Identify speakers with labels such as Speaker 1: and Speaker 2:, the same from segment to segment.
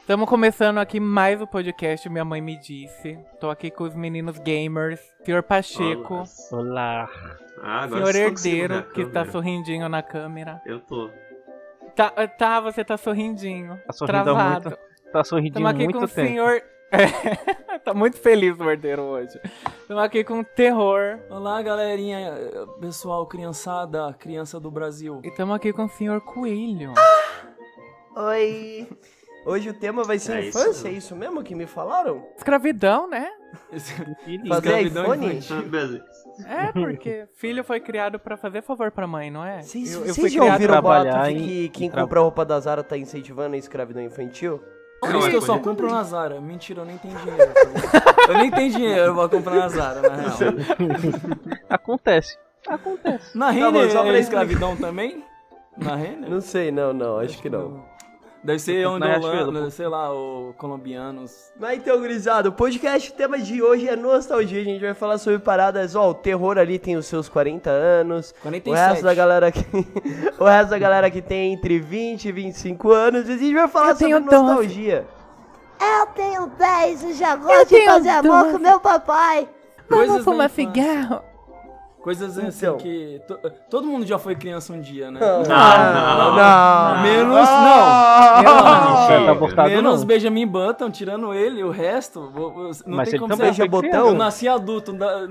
Speaker 1: Estamos começando aqui mais o podcast Minha Mãe Me Disse. Tô aqui com os meninos gamers, senhor Pacheco,
Speaker 2: Olá.
Speaker 3: Ah, agora
Speaker 1: senhor
Speaker 3: eu consigo ver a
Speaker 1: Herdeiro, que tá está
Speaker 3: câmera.
Speaker 1: sorrindinho na câmera.
Speaker 3: Eu tô.
Speaker 1: Tá, tá, você tá sorrindinho.
Speaker 2: Tá sorrindo há
Speaker 1: travado.
Speaker 2: muito- Tá sorrindo
Speaker 1: Estamos aqui
Speaker 2: muito
Speaker 1: com o
Speaker 2: tempo.
Speaker 1: senhor. É, tá muito feliz o herdeiro hoje. Estamos aqui com o terror.
Speaker 4: Olá, galerinha, pessoal, criançada, criança do Brasil.
Speaker 1: E estamos aqui com o senhor Coelho.
Speaker 5: Oi! Hoje o tema vai ser
Speaker 3: É isso
Speaker 5: infância, é
Speaker 3: mesmo.
Speaker 5: isso mesmo que me falaram?
Speaker 1: Escravidão, né?
Speaker 5: Fazer
Speaker 4: Escravidão
Speaker 5: iPhone?
Speaker 4: infantil.
Speaker 3: Ah, beleza.
Speaker 1: É, porque filho foi criado pra fazer favor pra mãe, não é?
Speaker 5: Vocês
Speaker 1: Eu- eu
Speaker 5: vocês já
Speaker 1: criado
Speaker 5: ouviram o
Speaker 2: trabalhar
Speaker 5: boato de
Speaker 2: em-
Speaker 5: que quem
Speaker 2: em tra-
Speaker 5: compra roupa da Zara tá incentivando a escravidão infantil?
Speaker 4: Por
Speaker 3: Não,
Speaker 4: isso que eu
Speaker 3: é
Speaker 4: só
Speaker 3: bonito.
Speaker 4: compro na Zara. Mentira, eu nem tenho dinheiro. tá Eu nem tenho dinheiro, eu vou comprar na Zara, na real.
Speaker 2: Acontece.
Speaker 4: Na
Speaker 5: Tá bom,
Speaker 4: Renner
Speaker 5: só pra
Speaker 4: é
Speaker 5: explicar.
Speaker 4: escravidão também? Na Renner?
Speaker 5: Não sei, não, não, acho que não.
Speaker 4: Deve ser onde
Speaker 2: Na
Speaker 5: é
Speaker 4: a
Speaker 2: Riachelo,
Speaker 5: tipo
Speaker 4: Holanda, sei lá, o colombianos.
Speaker 5: Mas então, gurizada, o podcast tema de hoje é nostalgia. A gente vai falar sobre paradas. Ó, o terror ali tem os seus 40 anos. O
Speaker 4: 47.
Speaker 5: resto da galera aqui. o resto da galera aqui tem entre 20 e 25 anos. E a gente vai falar
Speaker 1: Eu
Speaker 5: sobre
Speaker 1: tenho doze.
Speaker 5: nostalgia.
Speaker 6: Eu tenho 10 e já
Speaker 1: Eu
Speaker 6: gosto de
Speaker 1: tenho
Speaker 6: fazer amor
Speaker 1: 12.
Speaker 6: com meu papai.
Speaker 4: Coisas da
Speaker 1: Vamos fumar
Speaker 4: infância.
Speaker 1: cigarro?
Speaker 4: Coisas assim
Speaker 5: Então.
Speaker 4: que. to- Todo mundo já foi criança um dia, né?
Speaker 3: não,
Speaker 5: Ah, não.
Speaker 4: Menos
Speaker 5: Ah.
Speaker 4: não.
Speaker 3: Mentira.
Speaker 2: Tá botado
Speaker 4: Menos
Speaker 2: não.
Speaker 4: Benjamin Button, tirando ele, o resto. vou- vou- Não
Speaker 2: Mas
Speaker 4: tem
Speaker 2: ele
Speaker 4: como
Speaker 2: também
Speaker 4: ser-
Speaker 5: Beija
Speaker 2: foi
Speaker 5: botão?
Speaker 4: Eu nasci adulto, da-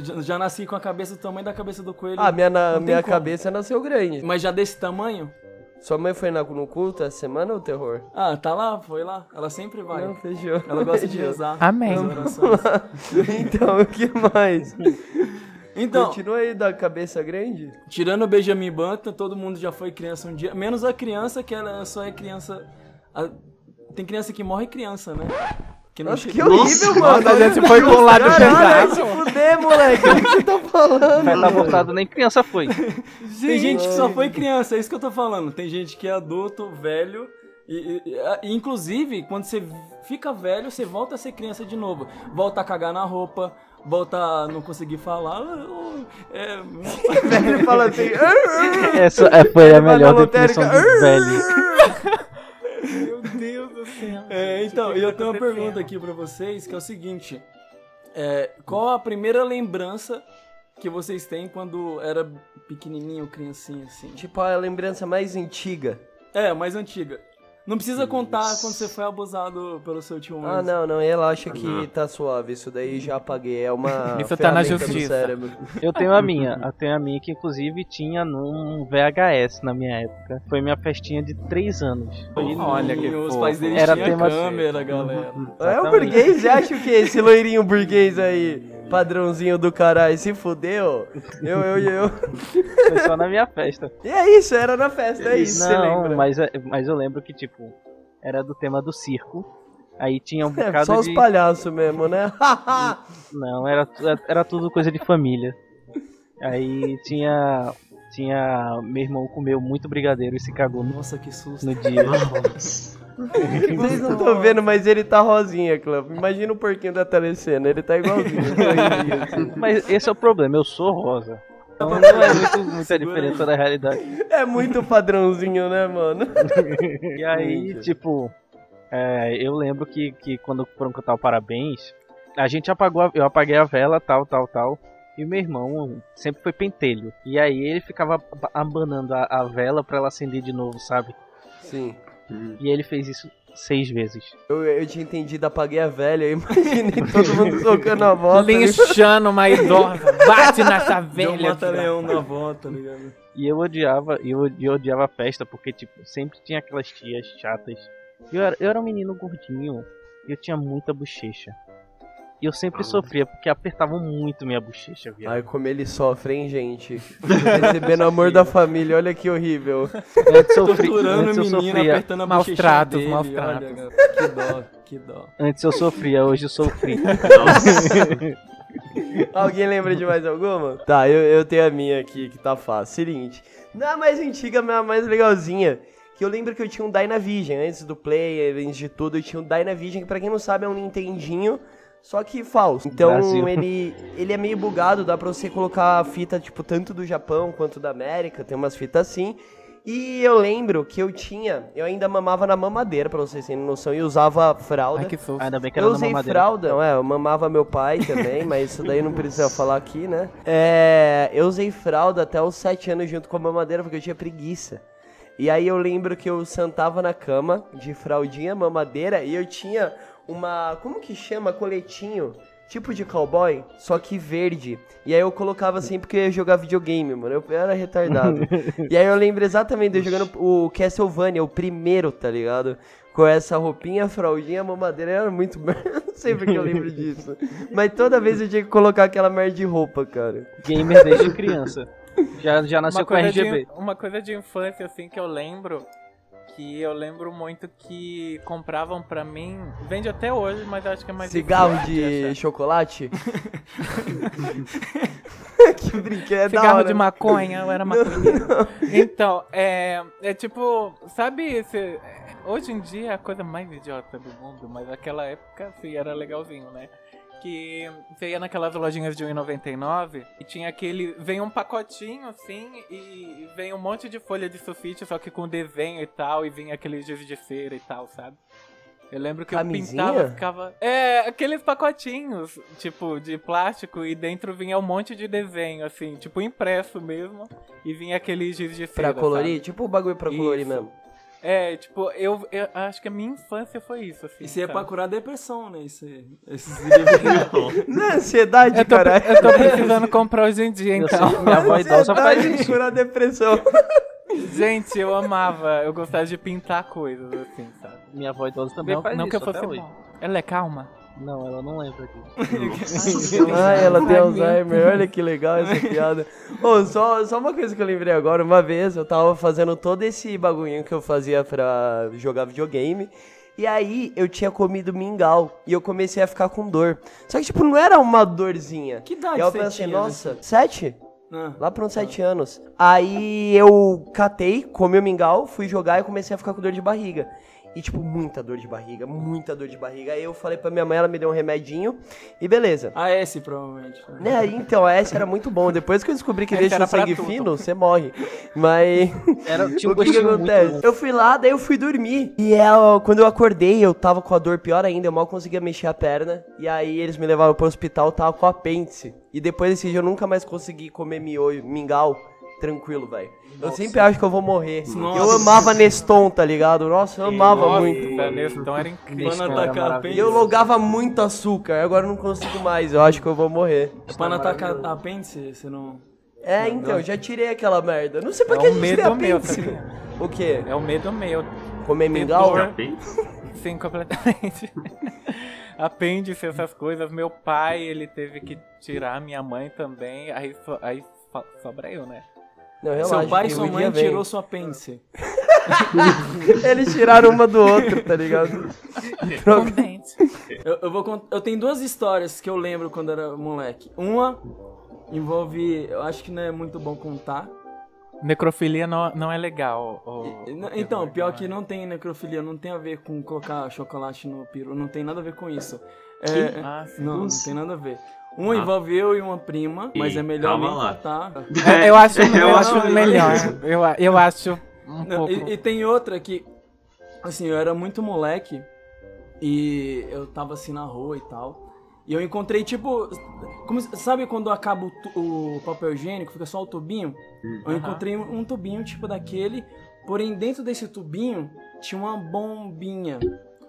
Speaker 4: já- já nasci com a cabeça do tamanho da cabeça do coelho.
Speaker 5: Ah, minha, na-
Speaker 4: Não tem
Speaker 5: minha
Speaker 4: como.
Speaker 5: cabeça nasceu grande.
Speaker 4: Mas já desse tamanho?
Speaker 5: Sua mãe foi na, no culto essa semana ou terror?
Speaker 4: Ah, tá lá, foi lá. Ela sempre vai.
Speaker 5: Não, fechou.
Speaker 4: Ela gosta de
Speaker 5: Fechou.
Speaker 4: rezar.
Speaker 1: Amém.
Speaker 4: as orações.
Speaker 5: então, o que mais?
Speaker 4: Então,
Speaker 5: Continua aí da cabeça grande?
Speaker 4: tirando o Benjamin Button, todo mundo já foi criança um dia. Menos a criança, que ela só é criança. a- Tem criança que morre criança, né? Que não
Speaker 5: Nossa,
Speaker 4: chega-
Speaker 5: que horrível,
Speaker 3: Nossa,
Speaker 5: mano.
Speaker 1: a gente foi pro lado
Speaker 5: Caralho, vai
Speaker 1: pesado.
Speaker 5: se fuder, moleque. O que você tá falando?
Speaker 2: Mas tá botado nem criança foi.
Speaker 4: Tem gente que só foi criança, é isso que eu tô falando. Tem gente que é adulto, velho. E, e- a- e, inclusive, quando você fica velho, você volta a ser criança de novo. Volta a cagar na roupa, volta a não conseguir falar. Ah, oh, é,
Speaker 5: Ele fala assim... "Arr, arr".
Speaker 2: Essa é, foi a
Speaker 5: Vai
Speaker 2: melhor
Speaker 5: na
Speaker 2: definição de
Speaker 5: lotérica.
Speaker 2: velho.
Speaker 1: Meu Deus do céu.
Speaker 4: é, então,
Speaker 1: Isso
Speaker 4: e eu
Speaker 1: tá
Speaker 4: tenho uma
Speaker 1: acontecendo.
Speaker 4: pergunta aqui pra vocês, que é o seguinte. É, qual a primeira lembrança que vocês têm quando era pequenininho, criancinha, assim?
Speaker 5: Tipo, a lembrança mais antiga.
Speaker 4: É, mais antiga. Não precisa contar quando você foi abusado pelo seu tio
Speaker 5: Ah,
Speaker 4: Hans.
Speaker 5: não, não. Ela acha que
Speaker 3: Não.
Speaker 5: tá suave. Isso daí já apaguei. É uma
Speaker 1: Isso tá na
Speaker 5: ferramenta do
Speaker 1: justiça.
Speaker 5: cérebro.
Speaker 2: Eu tenho a minha. Eu tenho a minha que inclusive tinha num VHS na minha época. Foi minha festinha de 3 anos. Foi
Speaker 1: Olha que
Speaker 4: E os
Speaker 1: fofo. Uhum.
Speaker 4: pais dele
Speaker 2: Era
Speaker 4: tinham
Speaker 2: tema-
Speaker 4: câmera, galera.
Speaker 5: É o
Speaker 2: Exatamente.
Speaker 5: burguês, você acha o que esse loirinho burguês aí? Padrãozinho do caralho, se fudeu. Eu, eu, eu.
Speaker 2: Foi só na minha festa.
Speaker 5: E é isso, era na festa, é isso, você
Speaker 2: Não,
Speaker 5: lembra?
Speaker 2: mas, é- mas eu lembro que, tipo, era do tema do circo. Aí tinha um
Speaker 5: É,
Speaker 2: bocado
Speaker 5: só os
Speaker 2: de.
Speaker 5: palhaços mesmo, né?
Speaker 2: Não, era, tu- era tudo coisa de família. Aí tinha. Tinha. Meu irmão comeu muito brigadeiro e se cagou no,
Speaker 4: Nossa, que susto.
Speaker 2: no dia.
Speaker 5: Vocês não estão vendo, mas ele tá rosinha, Clamp. Imagina o porquinho da telecena, ele tá igualzinho. loirinho, assim.
Speaker 2: Mas esse é o problema, eu sou rosa. Então não é muito, muita diferença da realidade.
Speaker 5: é muito padrãozinho, né, mano?
Speaker 2: E aí, tipo, é, eu lembro que, que quando foram cantar o parabéns, a gente apagou, a- eu apaguei a vela, tal, tal, tal. E meu irmão sempre foi pentelho. E aí ele ficava ab- abanando a, a vela pra ela acender de novo, sabe?
Speaker 5: Sim.
Speaker 2: E ele fez isso seis vezes.
Speaker 5: Eu, eu tinha entendido, apaguei a velha, eu imaginei todo mundo socando a né? bola.
Speaker 1: Linchando uma idosa. Bate nessa
Speaker 4: Deu um
Speaker 1: velha.
Speaker 4: mata-leão na volta, ligado?
Speaker 2: E eu odiava, e eu, e eu odiava a festa, porque, tipo, sempre tinha aquelas tias chatas. E Eu era, eu era um menino gordinho, e eu tinha muita bochecha. E eu sempre sofria, porque apertavam muito minha bochecha, viado.
Speaker 5: Ai, como ele sofre, hein, gente? Recebendo amor da família, olha que horrível.
Speaker 2: Antes eu sofri-
Speaker 4: Torturando
Speaker 2: antes
Speaker 4: o
Speaker 2: eu
Speaker 4: menino,
Speaker 2: sofria,
Speaker 4: apertando a
Speaker 1: Maus
Speaker 4: bochecha
Speaker 1: tratos,
Speaker 4: dele,
Speaker 1: maus
Speaker 4: olha,
Speaker 1: tratos.
Speaker 4: cara, Que dó, que dó.
Speaker 2: antes eu sofria, hoje eu sofri.
Speaker 5: Alguém lembra de mais alguma? Tá, eu, eu tenho a minha aqui, que tá fácil. Seguinte. Na mais antiga, mas a mais legalzinha. Que eu lembro que eu tinha um Dynavision, antes do Play, antes de tudo, eu tinha um Dynavision, que pra quem não sabe é um Nintendinho, só que falso. Então
Speaker 2: Brasil.
Speaker 5: ele ele é meio bugado, dá pra você colocar a fita, tipo, tanto do Japão quanto da América, tem umas fitas assim. E eu lembro que eu tinha, eu ainda mamava na mamadeira, pra vocês terem noção, e usava fralda.
Speaker 1: Ai, que fofo.
Speaker 2: Ah, ainda bem que era
Speaker 5: Eu
Speaker 2: na
Speaker 5: usei
Speaker 2: mamadeira.
Speaker 5: fralda, não é, eu mamava meu pai também, mas isso daí não precisa falar aqui, né? É, eu usei fralda até os 7 anos junto com a mamadeira porque eu tinha preguiça. E aí eu lembro que eu sentava na cama de fraldinha, mamadeira e eu tinha uma, como que chama, coletinho, tipo de cowboy, só que verde. E aí eu colocava sempre que eu ia jogar videogame, mano, eu, eu era retardado. e aí eu lembro exatamente de eu jogando o Castlevania, o primeiro, tá ligado? Com essa roupinha, fraldinha, mamadeira, era muito merda. Não sei porque eu lembro disso. Mas toda vez eu tinha que colocar aquela merda de roupa, cara.
Speaker 2: Gamer desde criança. Já, já nasceu
Speaker 1: uma
Speaker 2: com
Speaker 1: coisa,
Speaker 2: RGB.
Speaker 1: de, uma coisa de infância, assim, que eu lembro. Que eu lembro muito que compravam pra mim. Vende até hoje, mas eu acho que é mais
Speaker 5: Cigarro
Speaker 1: difícil
Speaker 5: de
Speaker 1: achar.
Speaker 5: chocolate? que brinquedo é da
Speaker 1: Cigarro
Speaker 5: hora.
Speaker 1: de maconha, eu era maconheiro. Então, é. É tipo, sabe esse. Hoje em dia é a coisa mais idiota do mundo, mas naquela época, assim, era legalzinho, né? Que você ia naquelas lojinhas de 1,99 e tinha aquele. Vem um pacotinho assim e vem um monte de folha de sulfite, só que com desenho e tal, e vinha aquele giz de cera e tal, sabe? Eu lembro que
Speaker 5: Camisinha?
Speaker 1: eu pintava, ficava. É, aqueles pacotinhos, tipo, de plástico, e dentro vinha um monte de desenho, assim, tipo impresso mesmo, e vinha aquele giz de cera.
Speaker 5: Pra
Speaker 1: sabe?
Speaker 5: colorir? Tipo o bagulho pra colorir
Speaker 1: Isso.
Speaker 5: mesmo.
Speaker 1: É, tipo, eu, eu acho que a minha infância foi isso, assim.
Speaker 4: Isso aí é
Speaker 1: sabe?
Speaker 4: pra curar depressão, né? Isso aí. Esses livros.
Speaker 5: Na ansiedade,
Speaker 1: Eu tô,
Speaker 5: caralho.
Speaker 1: eu tô precisando comprar hoje em dia,
Speaker 2: Eu
Speaker 1: então.
Speaker 2: sei que minha avó idosa faz
Speaker 5: Ansiedade de
Speaker 2: isso.
Speaker 5: curar depressão.
Speaker 1: Gente, eu amava. Eu gostava de pintar coisas, assim, sabe?
Speaker 2: Minha avó idosa também
Speaker 1: não
Speaker 2: faz
Speaker 1: não
Speaker 2: isso
Speaker 1: que eu
Speaker 2: até
Speaker 1: fosse
Speaker 2: hoje.
Speaker 1: bom. Ela é calma.
Speaker 2: Não, ela não lembra disso.
Speaker 5: Ai, ela tem
Speaker 1: Ai,
Speaker 5: Alzheimer, olha que legal essa piada. Ô, só, só uma coisa que eu lembrei agora, uma vez eu tava fazendo todo esse bagulhinho que eu fazia pra jogar videogame. E aí eu tinha comido mingau e eu comecei a ficar com dor. Só que, tipo, não era uma dorzinha.
Speaker 4: Ah, Que
Speaker 5: E aí
Speaker 4: idade
Speaker 5: eu
Speaker 4: você
Speaker 5: pensei,
Speaker 4: tinha,
Speaker 5: nossa, sete?
Speaker 4: né? Ah.
Speaker 5: Lá pra uns sete anos. Aí eu catei, comi o mingau, fui jogar e comecei a ficar com dor de barriga. E, tipo, muita dor de barriga, muita dor de barriga. Aí eu falei pra minha mãe, ela me deu um remedinho e beleza.
Speaker 4: A S, Ah, é provavelmente.
Speaker 5: Né, então, a S era muito bom. Depois que eu descobri que
Speaker 1: Essa
Speaker 5: deixa
Speaker 1: era
Speaker 5: o sangue
Speaker 1: pra tudo.
Speaker 5: fino, você morre. Mas.
Speaker 2: Era, tinha um
Speaker 5: o que, que
Speaker 2: gostinho muito
Speaker 5: acontece?
Speaker 2: bom.
Speaker 5: eu fui lá, daí eu fui dormir. E eu, quando eu acordei, eu tava com a dor pior ainda, eu mal conseguia mexer a perna. E aí eles me levaram pro hospital, eu tava com apêndice. E depois desse dia eu nunca mais consegui comer miojo, mingau. Tranquilo, velho. Eu sempre acho que eu vou morrer.
Speaker 4: Nossa.
Speaker 5: Eu amava Neston, tá ligado? Nossa, eu amava
Speaker 1: Nossa,
Speaker 5: muito.
Speaker 1: Neston então era incrível.
Speaker 4: Mano,
Speaker 2: cara,
Speaker 4: atacar a
Speaker 2: maravilha.
Speaker 5: E eu
Speaker 4: pence.
Speaker 5: logava muito açúcar, agora eu não consigo mais, eu acho que eu vou morrer.
Speaker 4: Quando atacar a pence, você não.
Speaker 5: É, então, já tirei aquela merda. Não sei pra
Speaker 1: É
Speaker 5: que a
Speaker 1: um
Speaker 5: gente tem
Speaker 1: medo meu,
Speaker 5: apêndice.
Speaker 1: sabia?
Speaker 5: O quê?
Speaker 1: É um medo meu.
Speaker 5: Comer
Speaker 1: Tem
Speaker 5: mingau?
Speaker 1: dor. Sim, completamente. Apêndice, essas coisas. Meu pai, ele teve que tirar minha mãe também. Aí, so, aí so- sobra eu, né?
Speaker 5: Não, relaxa.
Speaker 4: Seu pai e
Speaker 5: que
Speaker 4: sua
Speaker 5: o
Speaker 4: mãe
Speaker 5: dia vem.
Speaker 4: tirou sua pence.
Speaker 5: Eles tiraram uma do outro, tá ligado?
Speaker 1: Com dente.
Speaker 4: Eu, eu vou cont- eu tenho duas histórias que eu lembro quando era moleque. Uma envolve. Eu acho que não é muito bom contar.
Speaker 1: Necrofilia não, não é legal. ô-
Speaker 4: E-
Speaker 1: ô,
Speaker 4: n-
Speaker 1: Pedro,
Speaker 4: Então, pior
Speaker 1: né?
Speaker 4: que não tem necrofilia, não tem a ver com colocar chocolate no peru, não tem nada a ver com isso. É,
Speaker 5: né?
Speaker 4: é-
Speaker 1: Ah, sim.
Speaker 4: não, não tem nada a ver. Um envolve eu e uma prima, mas
Speaker 3: Ih,
Speaker 4: é melhor
Speaker 3: calma
Speaker 4: nem
Speaker 3: lá.
Speaker 4: contar.
Speaker 1: É, eu acho, eu
Speaker 3: Eu
Speaker 1: acho
Speaker 4: acho-
Speaker 1: melhor. Eu, a- eu acho um
Speaker 4: Não,
Speaker 1: pouco.
Speaker 4: e, e tem outra que, assim, eu era muito moleque e eu tava assim na rua e tal. E eu encontrei, tipo, como, se- sabe quando acaba o, tu- o papel higiênico, fica só o tubinho? Eu
Speaker 1: Aham.
Speaker 4: encontrei um, um tubinho, tipo, daquele, porém dentro desse tubinho tinha uma bombinha.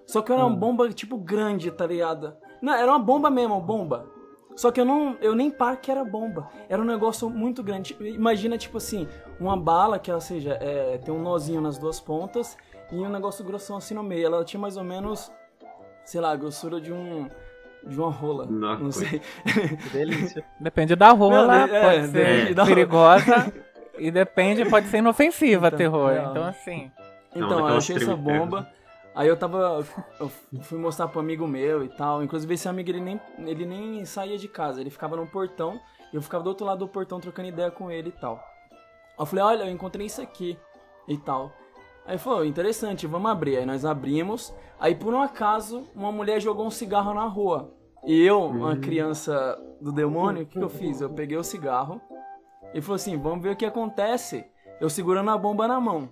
Speaker 4: Só que era uma bomba, tipo, grande, tá ligado? Não, era uma bomba mesmo, bomba. Só que eu não, eu nem par que era bomba. Era um negócio muito grande. Imagina, tipo assim, uma bala que ela seja, é, tem um nozinho nas duas pontas e um negócio grossão assim no meio. Ela tinha mais ou menos, sei lá, a grossura de um. de uma rola.
Speaker 3: Não,
Speaker 4: não sei.
Speaker 2: Que delícia.
Speaker 1: Depende da rola,
Speaker 4: Não, de- é,
Speaker 1: pode
Speaker 4: depende
Speaker 1: ser
Speaker 4: da rola.
Speaker 1: perigosa. E depende, pode ser inofensiva
Speaker 4: Então,
Speaker 1: terror.
Speaker 4: não.
Speaker 1: Então, assim.
Speaker 3: Não,
Speaker 4: Então,
Speaker 3: daquelas
Speaker 4: eu achei essa
Speaker 3: tremitelas.
Speaker 4: bomba. Aí eu tava. Eu fui mostrar pro amigo meu e tal. Inclusive, esse amigo ele nem, ele nem saía de casa, ele ficava num portão. E eu ficava do outro lado do portão trocando ideia com ele e tal. Aí eu falei, olha, eu encontrei isso aqui e tal. Aí ele falou, interessante, vamos abrir. Aí nós abrimos. Aí por um acaso, uma mulher jogou um cigarro na rua. E eu, uma
Speaker 3: Uhum.
Speaker 4: criança do demônio, o que, que eu fiz? Eu peguei o cigarro e falou assim: vamos ver o que acontece. Eu segurando a bomba na mão.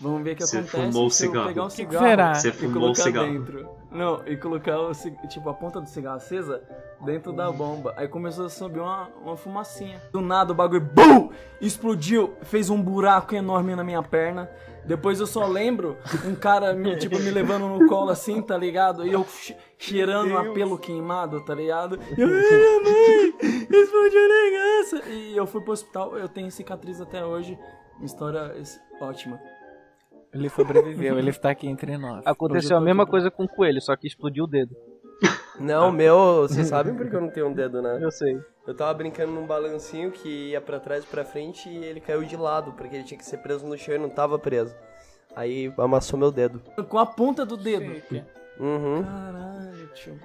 Speaker 4: Vamos ver o que
Speaker 3: Você
Speaker 4: acontece
Speaker 3: fumou o
Speaker 4: se eu
Speaker 3: cigarro.
Speaker 4: pegar um
Speaker 3: Que
Speaker 1: que
Speaker 4: cigarro
Speaker 1: será?
Speaker 3: Você
Speaker 4: e
Speaker 3: fumou o
Speaker 4: colocar
Speaker 3: cigarro.
Speaker 4: dentro. Não, e colocar o ci- tipo a ponta do cigarro acesa dentro da bomba. Aí começou a subir uma, uma fumacinha. Do nada o bagulho BUM! explodiu, fez um buraco enorme na minha perna. Depois eu só lembro um cara me, tipo me levando no colo assim, tá ligado? E eu che- cheirando a pelo queimado, tá ligado? E eu, "Ah, mãe, explodiu o negócio. E eu fui pro hospital, eu tenho cicatriz até hoje. Uma história es- ótima.
Speaker 1: Ele sobreviveu, ele está aqui entre nós.
Speaker 2: Aconteceu a
Speaker 4: tô
Speaker 2: mesma
Speaker 4: de-
Speaker 2: coisa com o coelho, só que explodiu o dedo.
Speaker 5: Não, o meu, vocês sabem porque eu não tenho um dedo, né?
Speaker 2: Eu sei.
Speaker 5: Eu tava brincando num balancinho que ia pra trás e pra frente e ele caiu de lado, porque ele tinha que ser preso no chão e não tava preso. Aí amassou meu dedo.
Speaker 4: Com a ponta do dedo.
Speaker 1: Chique.
Speaker 5: Uhum.
Speaker 4: Caralho, tio.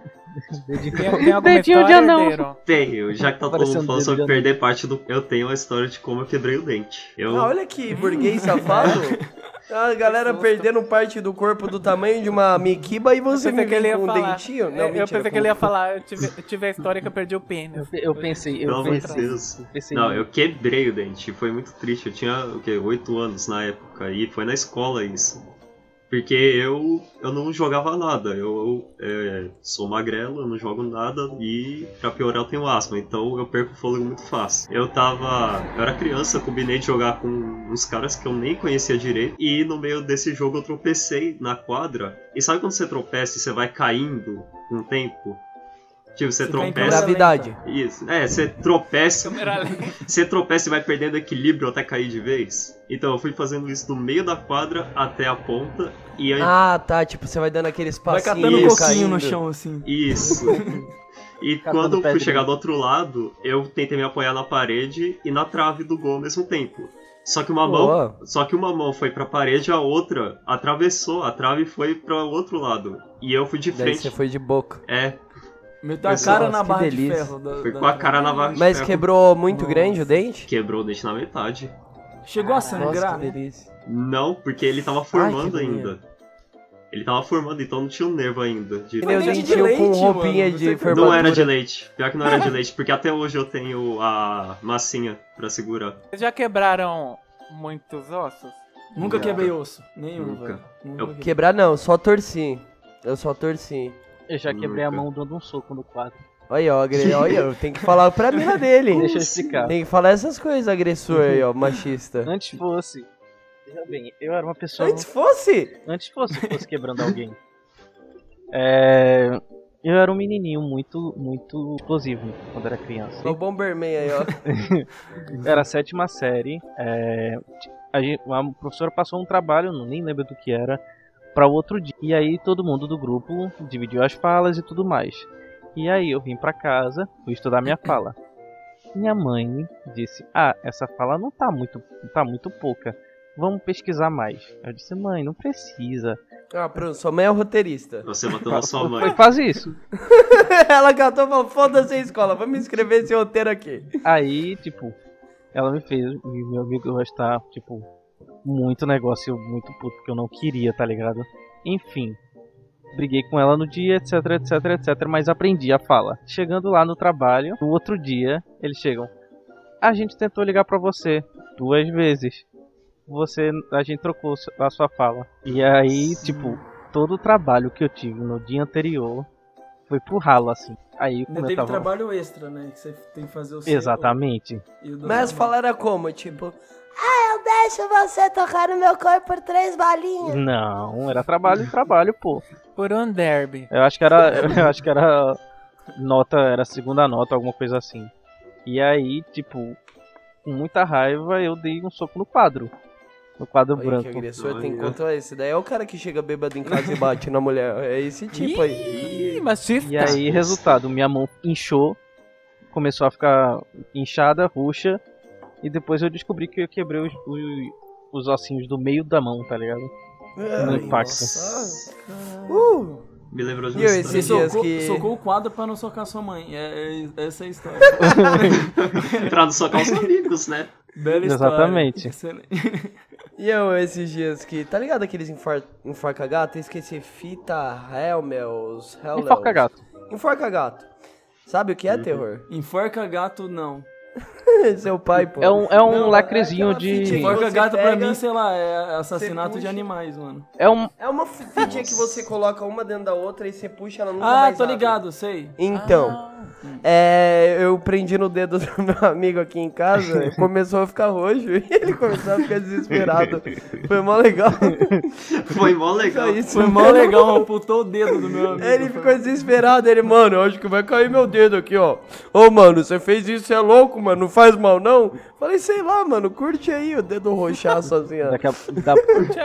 Speaker 1: Tem, tem alguma
Speaker 2: Dedinho de
Speaker 1: história,
Speaker 2: anão.
Speaker 1: Deiro?
Speaker 3: Tenho, já que tá todo
Speaker 2: Parecendo
Speaker 3: mundo falando
Speaker 2: dedo
Speaker 3: sobre
Speaker 2: de
Speaker 3: perder parte do. Eu tenho a história de como eu quebrei o dente. Eu,
Speaker 5: Ah, olha que burguês safado. A galera perdendo parte do corpo do tamanho de uma miquiba e você
Speaker 1: Eu pensei
Speaker 5: me
Speaker 1: que ele
Speaker 5: vem
Speaker 1: ia
Speaker 5: com um
Speaker 1: falar. É,
Speaker 5: dentinho? Não,
Speaker 1: eu
Speaker 5: mentira,
Speaker 1: pensei que ele
Speaker 5: com-
Speaker 4: assim?
Speaker 1: ia falar, eu tive, eu tive a história que eu perdi o pênis.
Speaker 2: Eu, eu pensei,
Speaker 3: pelo
Speaker 2: eu
Speaker 3: amor de
Speaker 2: pensei.
Speaker 3: Deus.
Speaker 2: pensei
Speaker 3: Não,
Speaker 2: em-
Speaker 3: eu quebrei o dente. Foi muito triste. Eu tinha o quê? 8 anos na época. E foi na escola isso. Porque eu, eu não jogava nada. Eu, é, sou magrelo, eu não jogo nada. E pra piorar eu tenho asma. Então eu perco o fôlego muito fácil. Eu tava. Eu era criança, combinei de jogar com uns caras que eu nem conhecia direito. E no meio desse jogo eu tropecei na quadra. E sabe quando você tropeça e você vai caindo com o tempo? Tipo, você
Speaker 4: Você cai em
Speaker 3: tropeça.
Speaker 4: câmera-
Speaker 5: Gravidade.
Speaker 3: Isso. É, você tropeça.
Speaker 1: Câmera lenta.
Speaker 3: Você tropeça e vai perdendo equilíbrio até cair de vez. Então eu fui fazendo isso do meio da quadra até a ponta e eu...
Speaker 5: Ah, tá. Tipo, você vai dando aqueles
Speaker 4: Vai
Speaker 5: passinhos.
Speaker 4: catando um
Speaker 3: Isso.
Speaker 4: coquinho no
Speaker 5: caindo.
Speaker 4: chão, assim.
Speaker 3: isso. E
Speaker 2: Catando
Speaker 3: quando eu fui
Speaker 2: pedrinha.
Speaker 3: chegar do outro lado, eu tentei me apoiar na parede e na trave do gol ao mesmo tempo. Só que uma mão,
Speaker 5: Boa.
Speaker 3: só que uma mão foi pra parede, a outra atravessou, a trave foi para o outro lado. E eu fui de
Speaker 5: Daí
Speaker 3: frente.
Speaker 5: você foi de boca.
Speaker 3: É,
Speaker 4: Meteu a
Speaker 3: Nossa,
Speaker 4: cara na
Speaker 5: que
Speaker 4: barra de
Speaker 5: delícia.
Speaker 4: ferro. Da,
Speaker 3: fui
Speaker 4: da-
Speaker 3: com a cara na barra de
Speaker 5: Mas
Speaker 3: ferro.
Speaker 5: quebrou muito
Speaker 4: Nossa.
Speaker 5: grande o dente?
Speaker 3: Quebrou o dente na metade.
Speaker 4: Chegou a
Speaker 5: Nossa,
Speaker 4: sangrar. né?
Speaker 5: que delícia.
Speaker 3: Não, porque ele tava formando
Speaker 5: Ai, que agonia.
Speaker 3: ainda. Ele tava formando, então não tinha um nervo ainda. de-
Speaker 5: Meu
Speaker 4: dente de
Speaker 5: dentinho com
Speaker 4: leite,
Speaker 5: roupinha
Speaker 4: mano,
Speaker 5: de
Speaker 4: você-
Speaker 5: formatura.
Speaker 3: Não era de leite. Pior que não era de leite, porque até hoje eu tenho a massinha pra segurar.
Speaker 1: Vocês Já quebraram muitos ossos?
Speaker 4: Nunca
Speaker 3: Nunca.
Speaker 4: quebrei osso. Nenhum,
Speaker 3: Nunca. É
Speaker 4: velho. Nunca
Speaker 3: Eu-
Speaker 4: quebrei.
Speaker 5: Quebrar não, só torci. Eu só torci.
Speaker 2: Eu já quebrei a
Speaker 3: Nunca.
Speaker 2: mão dando um soco no quadro.
Speaker 5: Olha, aí, ó, agre... olha, eu tenho que falar pra mina dele.
Speaker 2: Deixa eu explicar.
Speaker 5: Tem que falar essas coisas, agressor aí, ó, machista.
Speaker 2: Antes fosse. Veja bem, eu era uma
Speaker 4: Então,
Speaker 2: pessoa.
Speaker 5: Antes fosse!
Speaker 2: Antes fosse, fosse quebrando alguém. É, eu era um menininho muito, muito explosivo quando era criança.
Speaker 5: Ó, o Bomberman aí, ó.
Speaker 2: Era a sétima série. é, a, gente, a professora passou um trabalho, não nem lembro do que era, para outro dia. E aí todo mundo do grupo dividiu as falas e tudo mais. E aí eu vim pra casa, fui estudar minha fala. Minha mãe disse: "Ah, essa fala não tá muito, tá muito pouca. Vamos pesquisar mais." Eu disse: "Mãe, não precisa."
Speaker 5: Ah, pronto, sua mãe é roteirista.
Speaker 3: Você matou na sua
Speaker 2: Foi
Speaker 3: mãe.
Speaker 2: quase isso.
Speaker 5: Ela catou e falou, foda-se a escola, vamos escrever esse roteiro aqui.
Speaker 2: Aí, tipo, ela me fez me- meu amigo gastar, tipo, muito negócio, muito puto que eu não queria, tá ligado? Enfim, briguei com ela no dia, etc, etc, etc, mas aprendi a fala. Chegando lá no trabalho, no outro dia, eles chegam. A gente tentou ligar pra você duas vezes. Você, a gente trocou su- a sua fala. E aí, tipo, todo o trabalho que eu tive no dia anterior foi pro ralo, assim. Aí, como
Speaker 4: Ainda
Speaker 2: eu
Speaker 4: né? teve
Speaker 2: tava...
Speaker 4: trabalho extra, né? Que você tem que fazer o seu. né?
Speaker 2: Exatamente.
Speaker 4: e o do
Speaker 5: Mas
Speaker 4: trabalho.
Speaker 5: falar era como? Tipo,
Speaker 6: Eu deixo você tocar no meu corpo por três balinhas.
Speaker 2: Não, era trabalho, trabalho, pô.
Speaker 1: Por um derby.
Speaker 2: Eu acho que era, eu acho que era nota, era segunda nota, alguma coisa assim. E aí, tipo, com muita raiva, eu dei um soco no quadro. No quadro
Speaker 5: olha que
Speaker 2: branco.
Speaker 5: agressor tem contra esse. Daí é o cara que chega bêbado em casa e bate na mulher. É esse tipo aí.
Speaker 1: Ih, machista.
Speaker 2: E aí, resultado, minha mão inchou, começou a ficar inchada, roxa, e depois eu descobri que eu quebrei os, os, os ossinhos do meio da mão, tá ligado? No impacto.
Speaker 5: Uh,
Speaker 3: Me lembrou de
Speaker 5: E
Speaker 3: uma
Speaker 5: eu,
Speaker 3: história.
Speaker 4: Você
Speaker 5: Esses dias
Speaker 4: socou,
Speaker 5: que-
Speaker 4: socou o quadro pra não socar sua mãe. É, é- essa é a história.
Speaker 3: Pra não socar os amigos, né?
Speaker 4: Bela história.
Speaker 2: Exatamente.
Speaker 4: Excelente.
Speaker 5: e eu esses dias que. Tá ligado aqueles enfor- enforca gato? Eu esqueci fita, Helmels, Hellels.
Speaker 2: Enforca gato.
Speaker 5: Enforca gato. Sabe o que é terror?
Speaker 4: Enforca gato, não.
Speaker 5: Seu pai, pô.
Speaker 2: É um, é um
Speaker 5: Não,
Speaker 2: lacrezinho
Speaker 5: aquela
Speaker 2: de.
Speaker 5: fitinha.
Speaker 4: Porca
Speaker 5: Você
Speaker 4: gata pra
Speaker 5: pega,
Speaker 4: mim, sei lá, é assassinato
Speaker 5: você
Speaker 4: de
Speaker 5: puxa.
Speaker 4: animais, mano.
Speaker 2: É um.
Speaker 5: É uma fitinha que você coloca uma dentro da outra e você puxa ela nunca
Speaker 4: Ah,
Speaker 5: mais
Speaker 4: tô
Speaker 5: abre.
Speaker 4: ligado, sei.
Speaker 5: Então,
Speaker 4: Ah.
Speaker 5: é, eu prendi no dedo do meu amigo aqui em casa, começou a ficar roxo e ele começou a ficar desesperado. Foi mó legal.
Speaker 3: Foi mó legal.
Speaker 5: Só isso.
Speaker 4: Foi mó legal, amputou o dedo do meu amigo.
Speaker 5: Ele ficou desesperado, ele, mano, eu acho que vai cair meu dedo aqui, ó. Ô, mano, você fez isso, você é louco, mano, não faz mal, não? Falei, sei lá, mano, curte aí o dedo roxar sozinho.
Speaker 2: Daqui a, da,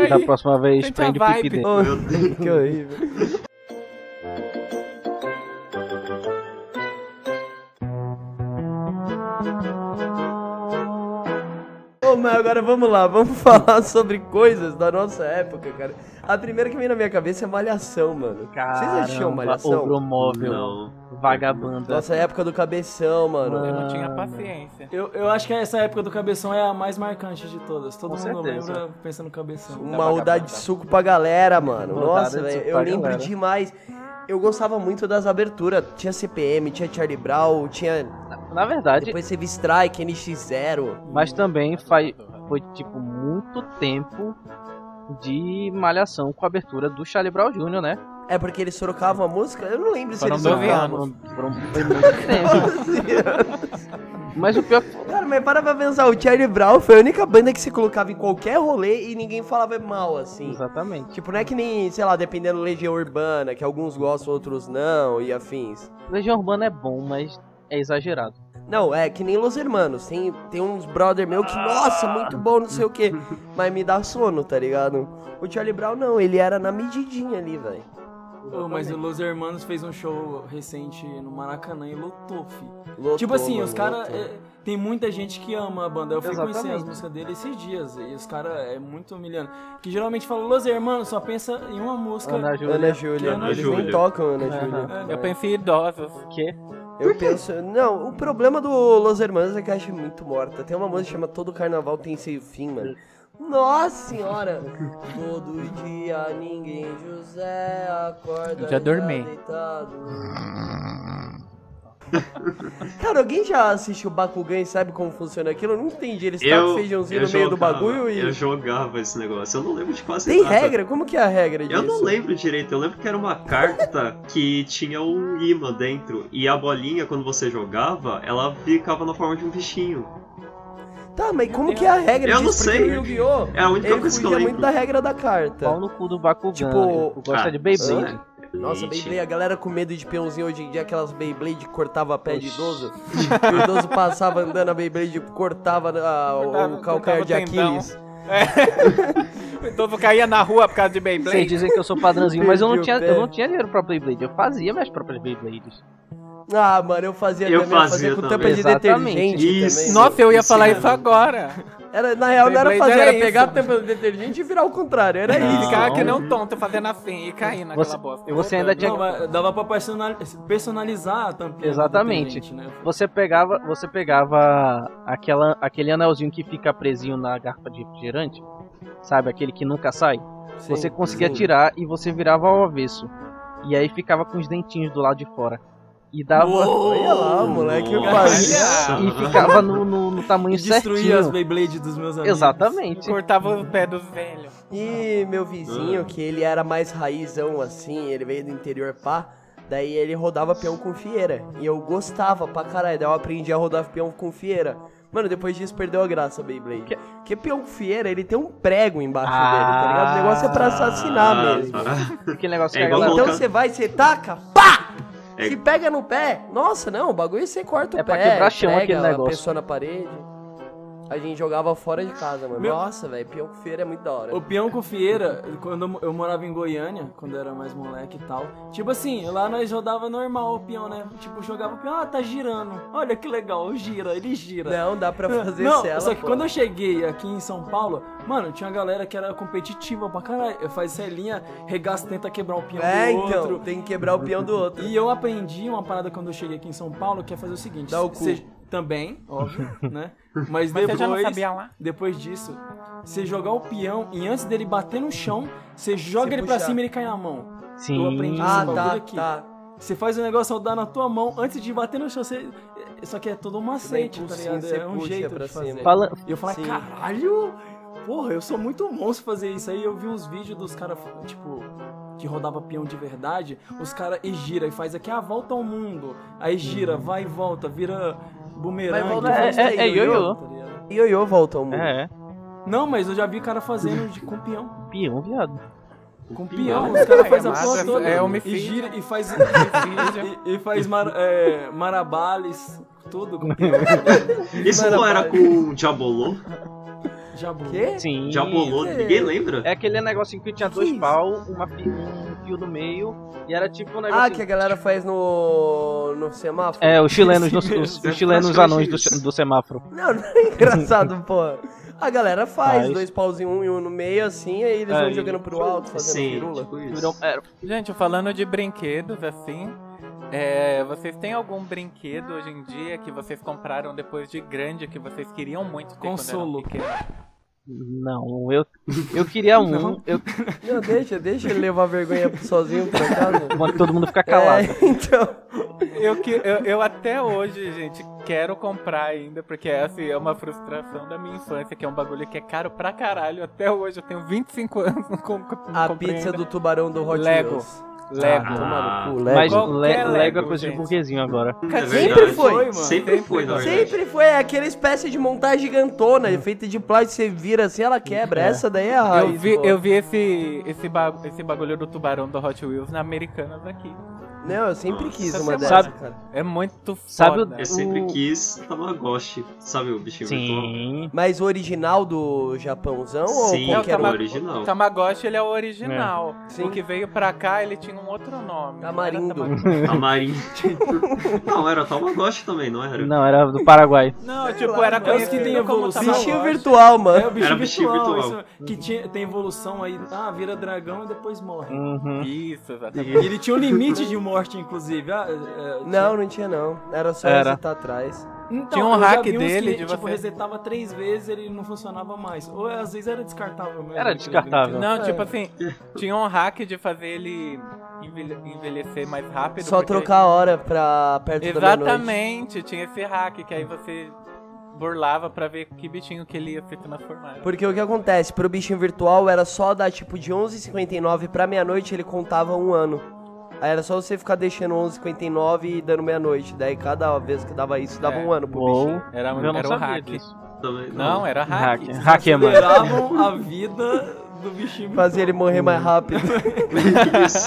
Speaker 2: da
Speaker 1: aí.
Speaker 2: próxima vez,
Speaker 1: Sente
Speaker 2: prende
Speaker 1: a
Speaker 2: o pipi
Speaker 1: vibe.
Speaker 2: dele.
Speaker 5: Ô,
Speaker 3: Meu Deus.
Speaker 5: que horrível. Ô, mas agora vamos lá, vamos falar sobre coisas da nossa época, cara. A primeira que vem na minha cabeça é Malhação, mano. Vocês acharam Malhação?
Speaker 2: Obromóvel,
Speaker 3: Não.
Speaker 2: vagabanda.
Speaker 5: Nossa época do cabeção, mano.
Speaker 1: Eu não
Speaker 2: Ah,
Speaker 1: tinha paciência.
Speaker 4: Eu, eu acho que essa época do cabeção é a mais marcante de todas. Todo
Speaker 2: Com
Speaker 4: mundo
Speaker 2: certeza.
Speaker 4: lembra pensa no cabeção.
Speaker 5: Uma rodada de suco pra galera, mano.
Speaker 2: Rodada
Speaker 5: Nossa,
Speaker 2: de
Speaker 5: velho,
Speaker 2: suco
Speaker 5: eu
Speaker 2: pra
Speaker 5: lembro
Speaker 2: galera.
Speaker 5: demais. Eu gostava muito das aberturas. Tinha CPM, tinha Charlie Brown, tinha.
Speaker 2: Na verdade,
Speaker 5: Depois teve Strike, NX0.
Speaker 2: mas também faz, foi tipo muito tempo de malhação com a abertura do Charlie Brown Jr., né? Então,
Speaker 5: É porque eles trocavam a música? Eu não lembro se
Speaker 1: Foram
Speaker 5: eles
Speaker 1: 12
Speaker 5: trocavam.
Speaker 2: Foram- foram- foi muito tempo. Mas o pior
Speaker 5: Cara, mas para pra pensar, o Charlie Brown foi a única banda que se colocava em qualquer rolê e ninguém falava mal, assim.
Speaker 2: Exatamente.
Speaker 5: Tipo, não é que nem, sei lá, dependendo Legião Urbana, que alguns gostam, outros não, e afins.
Speaker 2: Legião Urbana é bom, mas é exagerado.
Speaker 5: Não, é que nem Los Hermanos. Tem, tem uns brother meu que, nossa, muito bom, não sei o quê. Mas me dá sono, tá ligado? O Charlie Brown não, ele era na medidinha ali, velho.
Speaker 4: Ô, mas o Los Hermanos fez um show recente no Maracanã e lotou, fi.
Speaker 5: Lotou,
Speaker 4: Tipo assim,
Speaker 5: mano,
Speaker 4: os caras.
Speaker 5: lotou.
Speaker 4: tem muita gente que ama a banda. Eu fui
Speaker 2: Exatamente.
Speaker 4: conhecer as músicas dele esses dias. E os caras é muito humilhando. Que geralmente fala, Los Hermanos, só pensa em uma música.
Speaker 2: Ana Júlia.
Speaker 5: Ana Júlia,
Speaker 4: Ana
Speaker 5: eles nem
Speaker 3: Júlia.
Speaker 5: tocam Ana
Speaker 2: Aham.
Speaker 5: Júlia.
Speaker 3: É.
Speaker 1: Eu pensei em idosos.
Speaker 2: Que?
Speaker 5: Eu penso. Não, o problema do Los Hermanos é que eu acho muito morta. Tem uma música que chama Todo Carnaval Tem Seu Fim, mano. Nossa senhora! Todo dia ninguém, José, acorda.
Speaker 1: Eu já
Speaker 5: e tá
Speaker 1: dormi.
Speaker 5: deitado. Cara, alguém já assistiu Bakugan e sabe como funciona aquilo? Eu não entendi. Eles tacam feijãozinho no meio do bagulho e.
Speaker 3: Eu jogava esse negócio. Eu não lembro de quase
Speaker 5: Tem
Speaker 3: nada.
Speaker 5: regra? Como que é a regra disso?
Speaker 3: Eu não lembro direito, eu lembro que era uma carta que tinha um imã dentro e a bolinha, quando você jogava, ela ficava na forma de um bichinho.
Speaker 5: Tá, mas como que é a regra
Speaker 3: Eu não
Speaker 5: disso? Porque
Speaker 3: sei.
Speaker 5: o Yu-Gi-Oh!
Speaker 3: É a única
Speaker 5: Ele
Speaker 3: coisa que eu
Speaker 5: fugia
Speaker 3: lembro.
Speaker 5: muito da regra da carta.
Speaker 2: Pau no cu do Bakugan.
Speaker 5: Tá.
Speaker 2: né?
Speaker 5: Tipo,
Speaker 2: Tu gosta
Speaker 3: ah,
Speaker 2: de Beyblade.
Speaker 3: isso, né?
Speaker 5: Nossa, é
Speaker 3: Leite.
Speaker 5: Beyblade, a galera com medo de peãozinho hoje em dia, aquelas Beyblade que cortava pé de idoso. E o idoso passava andando, a Beyblade cortava ah, o-
Speaker 1: Cortava-
Speaker 5: o calcanhar
Speaker 1: cortava
Speaker 5: de
Speaker 1: o tendão.
Speaker 5: Aquiles.
Speaker 1: Todo mundo caía na rua por causa de
Speaker 2: Vocês
Speaker 1: Beyblade.
Speaker 2: dizem que eu sou padrãozinho, mas eu não,
Speaker 5: Perdi o
Speaker 2: tinha,
Speaker 5: pé.
Speaker 2: eu não tinha dinheiro pra Beyblade. Eu fazia minhas próprias Beyblades.
Speaker 5: Ah, mano, eu fazia
Speaker 3: Eu
Speaker 5: também, eu fazia
Speaker 3: fazia
Speaker 5: com
Speaker 3: também.
Speaker 5: tampa de
Speaker 2: Exatamente.
Speaker 5: detergente
Speaker 3: Isso.
Speaker 5: também.
Speaker 1: Nossa, eu ia
Speaker 3: Isso
Speaker 1: falar
Speaker 3: mesmo.
Speaker 1: isso agora.
Speaker 5: Era, na real, não era
Speaker 1: Beyblade
Speaker 5: fazer,
Speaker 1: era
Speaker 5: era
Speaker 1: isso.
Speaker 5: pegar a tampa de detergente e virar ao contrário. Era
Speaker 1: E
Speaker 5: isso.
Speaker 1: ficava que nem um tonto fazendo assim e cair naquela
Speaker 2: Você-
Speaker 1: bosta.
Speaker 2: e você ainda
Speaker 1: Voltando.
Speaker 4: Não, mas dava pra personali- personalizar a tampinha. do
Speaker 2: Exatamente.
Speaker 4: detergente, né?
Speaker 2: Você pegava, você pegava aquela, aquele anelzinho que fica presinho na garrafa de refrigerante, sabe? Aquele que nunca sai.
Speaker 5: Sim,
Speaker 2: você conseguia
Speaker 5: sim.
Speaker 2: tirar e você virava ao avesso. E aí ficava com os dentinhos do lado de fora. E dava.
Speaker 5: Olha lá, moleque, eu
Speaker 3: Nossa.
Speaker 5: fazia.
Speaker 2: E ficava no, no- no tamanho
Speaker 4: Destruir as
Speaker 2: certinho.
Speaker 4: Beyblades dos meus amigos.
Speaker 2: Exatamente.
Speaker 1: Cortava o pé dos velhos.
Speaker 5: E meu vizinho, que ele era mais raizão assim, ele veio do interior pá. Daí ele rodava peão com fieira. E eu gostava pra caralho. Daí eu aprendi a rodar peão com fieira. Mano, depois disso perdeu a graça, Beyblade.
Speaker 2: Que-
Speaker 5: Porque peão com fieira, ele tem um prego embaixo
Speaker 2: Ah.
Speaker 5: dele, tá ligado? O negócio é pra assassinar
Speaker 3: Ah,
Speaker 5: mesmo.
Speaker 3: tá.
Speaker 2: Aquele
Speaker 3: É
Speaker 2: negócio que a
Speaker 3: igual
Speaker 2: galera.
Speaker 5: Então
Speaker 3: colocar-
Speaker 5: você vai, você taca, pá!
Speaker 3: É-
Speaker 5: Se pega no pé, nossa, não, o bagulho você corta o
Speaker 2: É
Speaker 5: pé.
Speaker 2: pra quebrar chão
Speaker 5: pega
Speaker 2: aquele
Speaker 5: A
Speaker 2: negócio.
Speaker 5: pessoa na parede. A gente jogava fora de casa, mano.
Speaker 4: Meu-
Speaker 5: Nossa, velho, peão com fieira é muito da hora.
Speaker 4: O peão com fieira, quando eu mo- eu morava em Goiânia, quando eu era mais moleque e tal, tipo assim, lá nós rodava normal o peão, né? Tipo, jogava o peão, ah, tá girando. Olha que legal, gira, ele gira.
Speaker 5: Não, dá pra fazer
Speaker 4: Não,
Speaker 5: cela.
Speaker 4: só que
Speaker 5: pô.
Speaker 4: quando eu cheguei aqui em São Paulo, mano, tinha uma galera que era competitiva pra caralho. Faz selinha, regaça, tenta quebrar o peão
Speaker 5: É,
Speaker 4: do
Speaker 5: então,
Speaker 4: outro.
Speaker 5: tem que quebrar o peão do outro.
Speaker 4: E eu aprendi uma parada quando eu cheguei aqui em São Paulo, que é fazer o seguinte.
Speaker 5: Dá o cu.
Speaker 4: cê- Também, óbvio, né? Mas
Speaker 1: Mas você já não
Speaker 4: depois,
Speaker 1: sabia lá?
Speaker 4: depois disso, você jogar o peão e antes dele bater no chão, você joga
Speaker 5: Você
Speaker 4: ele
Speaker 5: puxar.
Speaker 4: pra cima e ele cai na mão.
Speaker 2: Sim.
Speaker 4: Eu aprendi
Speaker 5: Ah,
Speaker 4: Esse bagulho
Speaker 5: tá,
Speaker 4: aqui.
Speaker 5: tá.
Speaker 4: Você faz o negócio rodar na tua mão antes de bater no chão. Você... Só que é todo um macete, tá
Speaker 5: impulsinho,
Speaker 4: ligado?
Speaker 5: você
Speaker 4: É um
Speaker 5: puxa
Speaker 4: jeito
Speaker 5: pra
Speaker 4: de fazer.
Speaker 5: cima.
Speaker 2: Fala-
Speaker 4: E eu falei,
Speaker 5: Sim.
Speaker 4: caralho, porra, eu sou muito monstro fazer isso. Aí eu vi uns vídeos dos caras, tipo, que rodava peão de verdade, os caras e gira e faz aqui a volta ao mundo. Aí gira, vai e volta, vira bumerangue.
Speaker 5: Uhum. Vai e volta,
Speaker 4: vai
Speaker 5: é-
Speaker 4: e volta,
Speaker 2: é- é
Speaker 4: tá
Speaker 2: ioiô.
Speaker 4: ligado?
Speaker 5: Ioiô volta ao mundo.
Speaker 2: É, é.
Speaker 4: Não, mas eu já vi cara fazendo de, com peão.
Speaker 2: Peão, viado.
Speaker 4: Com peão,
Speaker 1: é
Speaker 4: os caras fazem a
Speaker 1: massa,
Speaker 4: porra toda.
Speaker 1: é
Speaker 4: e
Speaker 1: homicídio.
Speaker 4: gira e faz.
Speaker 1: Homicídio.
Speaker 4: e, e faz mar, é, marabales, tudo com peão.
Speaker 3: Esse não era com o Diabolô?
Speaker 4: Jabu.
Speaker 5: Quê?
Speaker 2: Sim.
Speaker 3: Diabolô, ninguém lembra?
Speaker 2: É aquele negocinho que tinha dois
Speaker 5: isso?
Speaker 2: pau, uma fi- um fio no meio, e era tipo um
Speaker 5: Ah,
Speaker 2: negocinho.
Speaker 5: que a galera faz no, no semáforo?
Speaker 2: É, os chilenos, no-
Speaker 4: Esse
Speaker 2: os, os
Speaker 3: é
Speaker 2: chilenos
Speaker 3: praticamente
Speaker 2: anões do,
Speaker 3: isso.
Speaker 2: se- do semáforo.
Speaker 5: Não, não é engraçado, pô. A galera faz,
Speaker 2: Faz.
Speaker 5: dois paus em um e um no meio, assim, aí eles
Speaker 2: É,
Speaker 5: vão
Speaker 2: e-
Speaker 5: jogando pro alto, fazendo
Speaker 3: Sim,
Speaker 5: pirula.
Speaker 3: tipo
Speaker 2: Virou- um
Speaker 3: isso.
Speaker 2: era-
Speaker 1: Gente, falando de brinquedos, assim, é, vocês têm algum brinquedo hoje em dia que vocês compraram depois de grande que vocês queriam muito ter
Speaker 4: Consolo.
Speaker 1: quando eram pequenos?
Speaker 2: Não, eu, eu queria um, eu,
Speaker 5: Não, deixa, deixa ele levar vergonha sozinho pra casa.
Speaker 2: uma que todo mundo fica calado.
Speaker 5: É, então.
Speaker 1: Eu, que, eu, eu até hoje, gente, quero comprar ainda, porque essa é uma frustração da minha infância, que é um bagulho que é caro pra caralho. Até hoje, eu tenho 25 anos, não, com, não
Speaker 5: A
Speaker 1: comprei
Speaker 5: pizza
Speaker 1: ainda.
Speaker 5: do tubarão do Hot
Speaker 1: Lego.
Speaker 5: Wheels.
Speaker 1: Lego.
Speaker 5: Ah, toma no cu, Lego.
Speaker 2: Mas
Speaker 1: Qualquer
Speaker 2: le- Lego é
Speaker 1: Lego,
Speaker 2: coisa de
Speaker 1: gente.
Speaker 2: burguesinho agora.
Speaker 3: É
Speaker 5: Sempre
Speaker 3: verdade.
Speaker 5: foi.
Speaker 3: Sempre foi, na verdade.
Speaker 5: Sempre foi aquela espécie de montagem gigantona, feita de plástico, você vira assim, ela quebra. Essa daí é a raiz,
Speaker 1: Eu vi,
Speaker 5: pô.
Speaker 1: eu vi esse, esse, ba- esse bagulho do tubarão do Hot Wheels na Americanas aqui.
Speaker 5: Não, eu sempre quis
Speaker 1: Essa
Speaker 5: uma dessa,
Speaker 1: semana.
Speaker 5: cara.
Speaker 1: É muito foda.
Speaker 2: Sabe o-
Speaker 3: Eu sempre quis Tamagotchi, sabe o bichinho virtual?
Speaker 2: Sim.
Speaker 5: Mas o original do Japãozão
Speaker 3: Sim,
Speaker 1: É
Speaker 5: ou
Speaker 1: o
Speaker 5: qualquer um?
Speaker 1: Tama-
Speaker 3: o
Speaker 5: outro?
Speaker 3: original.
Speaker 1: O Tamagotchi, ele é o original.
Speaker 5: Sim.
Speaker 1: O que veio pra cá, ele tinha um outro nome. não era
Speaker 5: Tamarindo.
Speaker 1: Tamagotchi.
Speaker 3: Tamarim. não, era Tamagotchi também, não era?
Speaker 2: Não, era do Paraguai.
Speaker 1: Não,
Speaker 5: Sei
Speaker 1: tipo,
Speaker 5: lá,
Speaker 1: era
Speaker 5: mano.
Speaker 4: É os que tem
Speaker 1: conhecido como
Speaker 4: evolução.
Speaker 1: Tamagotchi.
Speaker 5: Bichinho virtual,
Speaker 4: É o
Speaker 5: mano.
Speaker 4: bicho
Speaker 3: Era bichinho
Speaker 4: virtual,
Speaker 3: virtual.
Speaker 4: isso- que tinha, tem evolução aí, ah, vira dragão e depois morre.
Speaker 2: Uhum.
Speaker 1: Isso, exatamente.
Speaker 4: E ele tinha um limite de morte, inclusive. Ah, é, é,
Speaker 5: Não, não tinha não. Era só
Speaker 2: Era.
Speaker 5: resetar atrás.
Speaker 4: tinha, Então,
Speaker 1: tinha um
Speaker 4: eu já
Speaker 1: hack
Speaker 4: vi uns
Speaker 1: dele
Speaker 4: que,
Speaker 1: de
Speaker 4: tipo,
Speaker 1: você-
Speaker 4: resetava três vezes ele não funcionava mais. Ou às vezes era descartável mesmo.
Speaker 2: Era
Speaker 4: aquele
Speaker 2: descartável.
Speaker 4: brinquedo.
Speaker 1: Não,
Speaker 5: É.
Speaker 1: tipo assim, tinha um hack de fazer ele envelhe- envelhecer mais rápido.
Speaker 5: Só
Speaker 1: porque-
Speaker 5: trocar a hora pra perto da meia-noite.
Speaker 1: Exatamente, tinha esse hack que aí você burlava pra ver que bichinho que ele ia se transformar.
Speaker 5: Porque o que acontece, pro bichinho virtual era só dar tipo de 11h59 pra meia-noite, ele contava um ano. Aí era só você ficar deixando 11h59 e dando meia-noite. Daí cada vez que dava isso, dava
Speaker 1: É.
Speaker 5: um ano pro
Speaker 2: Uou.
Speaker 5: bichinho.
Speaker 1: Era,
Speaker 2: Eu não
Speaker 1: era um
Speaker 2: sabia
Speaker 1: hack.
Speaker 2: disso.
Speaker 3: Também,
Speaker 1: Não, era hack.
Speaker 2: Hack. Hack é, mano.
Speaker 4: Aceleravam a vida do bichinho
Speaker 5: Fazer ele
Speaker 4: virtual.
Speaker 5: morrer mais rápido.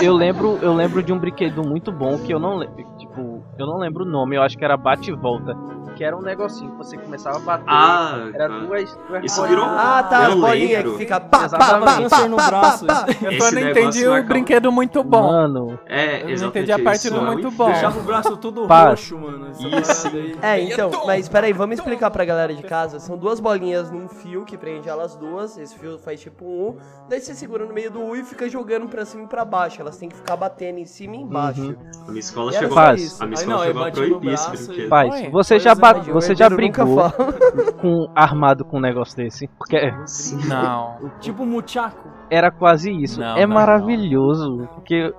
Speaker 2: Eu lembro, eu lembro de um brinquedo muito bom que eu não lembro. Tipo, eu não lembro o nome, eu acho que era bate e volta. Que era um negocinho que você começava a bater.
Speaker 3: Ah,
Speaker 2: era
Speaker 3: cara.
Speaker 2: duas, duas
Speaker 3: Isso
Speaker 2: bolinhas.
Speaker 3: virou-
Speaker 5: Ah, tá,
Speaker 3: Eu
Speaker 5: a bolinha
Speaker 3: lembro.
Speaker 5: que fica pá, pá, pá,
Speaker 2: Exatamente.
Speaker 5: pá,
Speaker 4: Câncer no
Speaker 5: pá,
Speaker 4: braço.
Speaker 5: pá, pá.
Speaker 1: Eu só
Speaker 3: Esse
Speaker 1: não é
Speaker 3: negócio
Speaker 1: entendi o
Speaker 3: marcava-
Speaker 1: brinquedo muito bom.
Speaker 2: Mano,
Speaker 3: É,
Speaker 1: Eu
Speaker 3: exatamente.
Speaker 1: não entendi a parte
Speaker 3: isso
Speaker 1: do
Speaker 3: é
Speaker 1: muito bom.
Speaker 4: Deixava o braço todo
Speaker 2: Para.
Speaker 4: roxo, mano. essa
Speaker 3: Isso.
Speaker 4: parada aí.
Speaker 5: É, então, mas peraí, vamos explicar pra galera de casa. São duas bolinhas num fio que prende elas duas. Esse fio faz tipo um U. Daí você segura no meio do U e fica jogando pra cima e pra baixo. Elas têm que ficar batendo em cima e embaixo.
Speaker 2: Uhum.
Speaker 3: A minha escola
Speaker 5: Era
Speaker 3: chegou,
Speaker 5: só
Speaker 3: a,
Speaker 5: isso.
Speaker 3: a, minha
Speaker 4: Aí
Speaker 3: escola
Speaker 4: não, aí
Speaker 3: chegou a
Speaker 4: batia no
Speaker 3: proibir esse
Speaker 4: braço e-
Speaker 3: brinquedo.
Speaker 2: Pai,
Speaker 1: Oi,
Speaker 2: você
Speaker 5: Pois
Speaker 2: já,
Speaker 5: é,
Speaker 2: ba-
Speaker 5: mas o
Speaker 2: você já
Speaker 5: herdeiro nunca
Speaker 2: brigou
Speaker 5: fala.
Speaker 2: com armado com um negócio desse? Porque
Speaker 3: Sim.
Speaker 1: Não.
Speaker 4: Tipo muchaco.
Speaker 2: era quase isso.
Speaker 1: Não,
Speaker 2: é
Speaker 1: não,
Speaker 2: maravilhoso. Porque eu,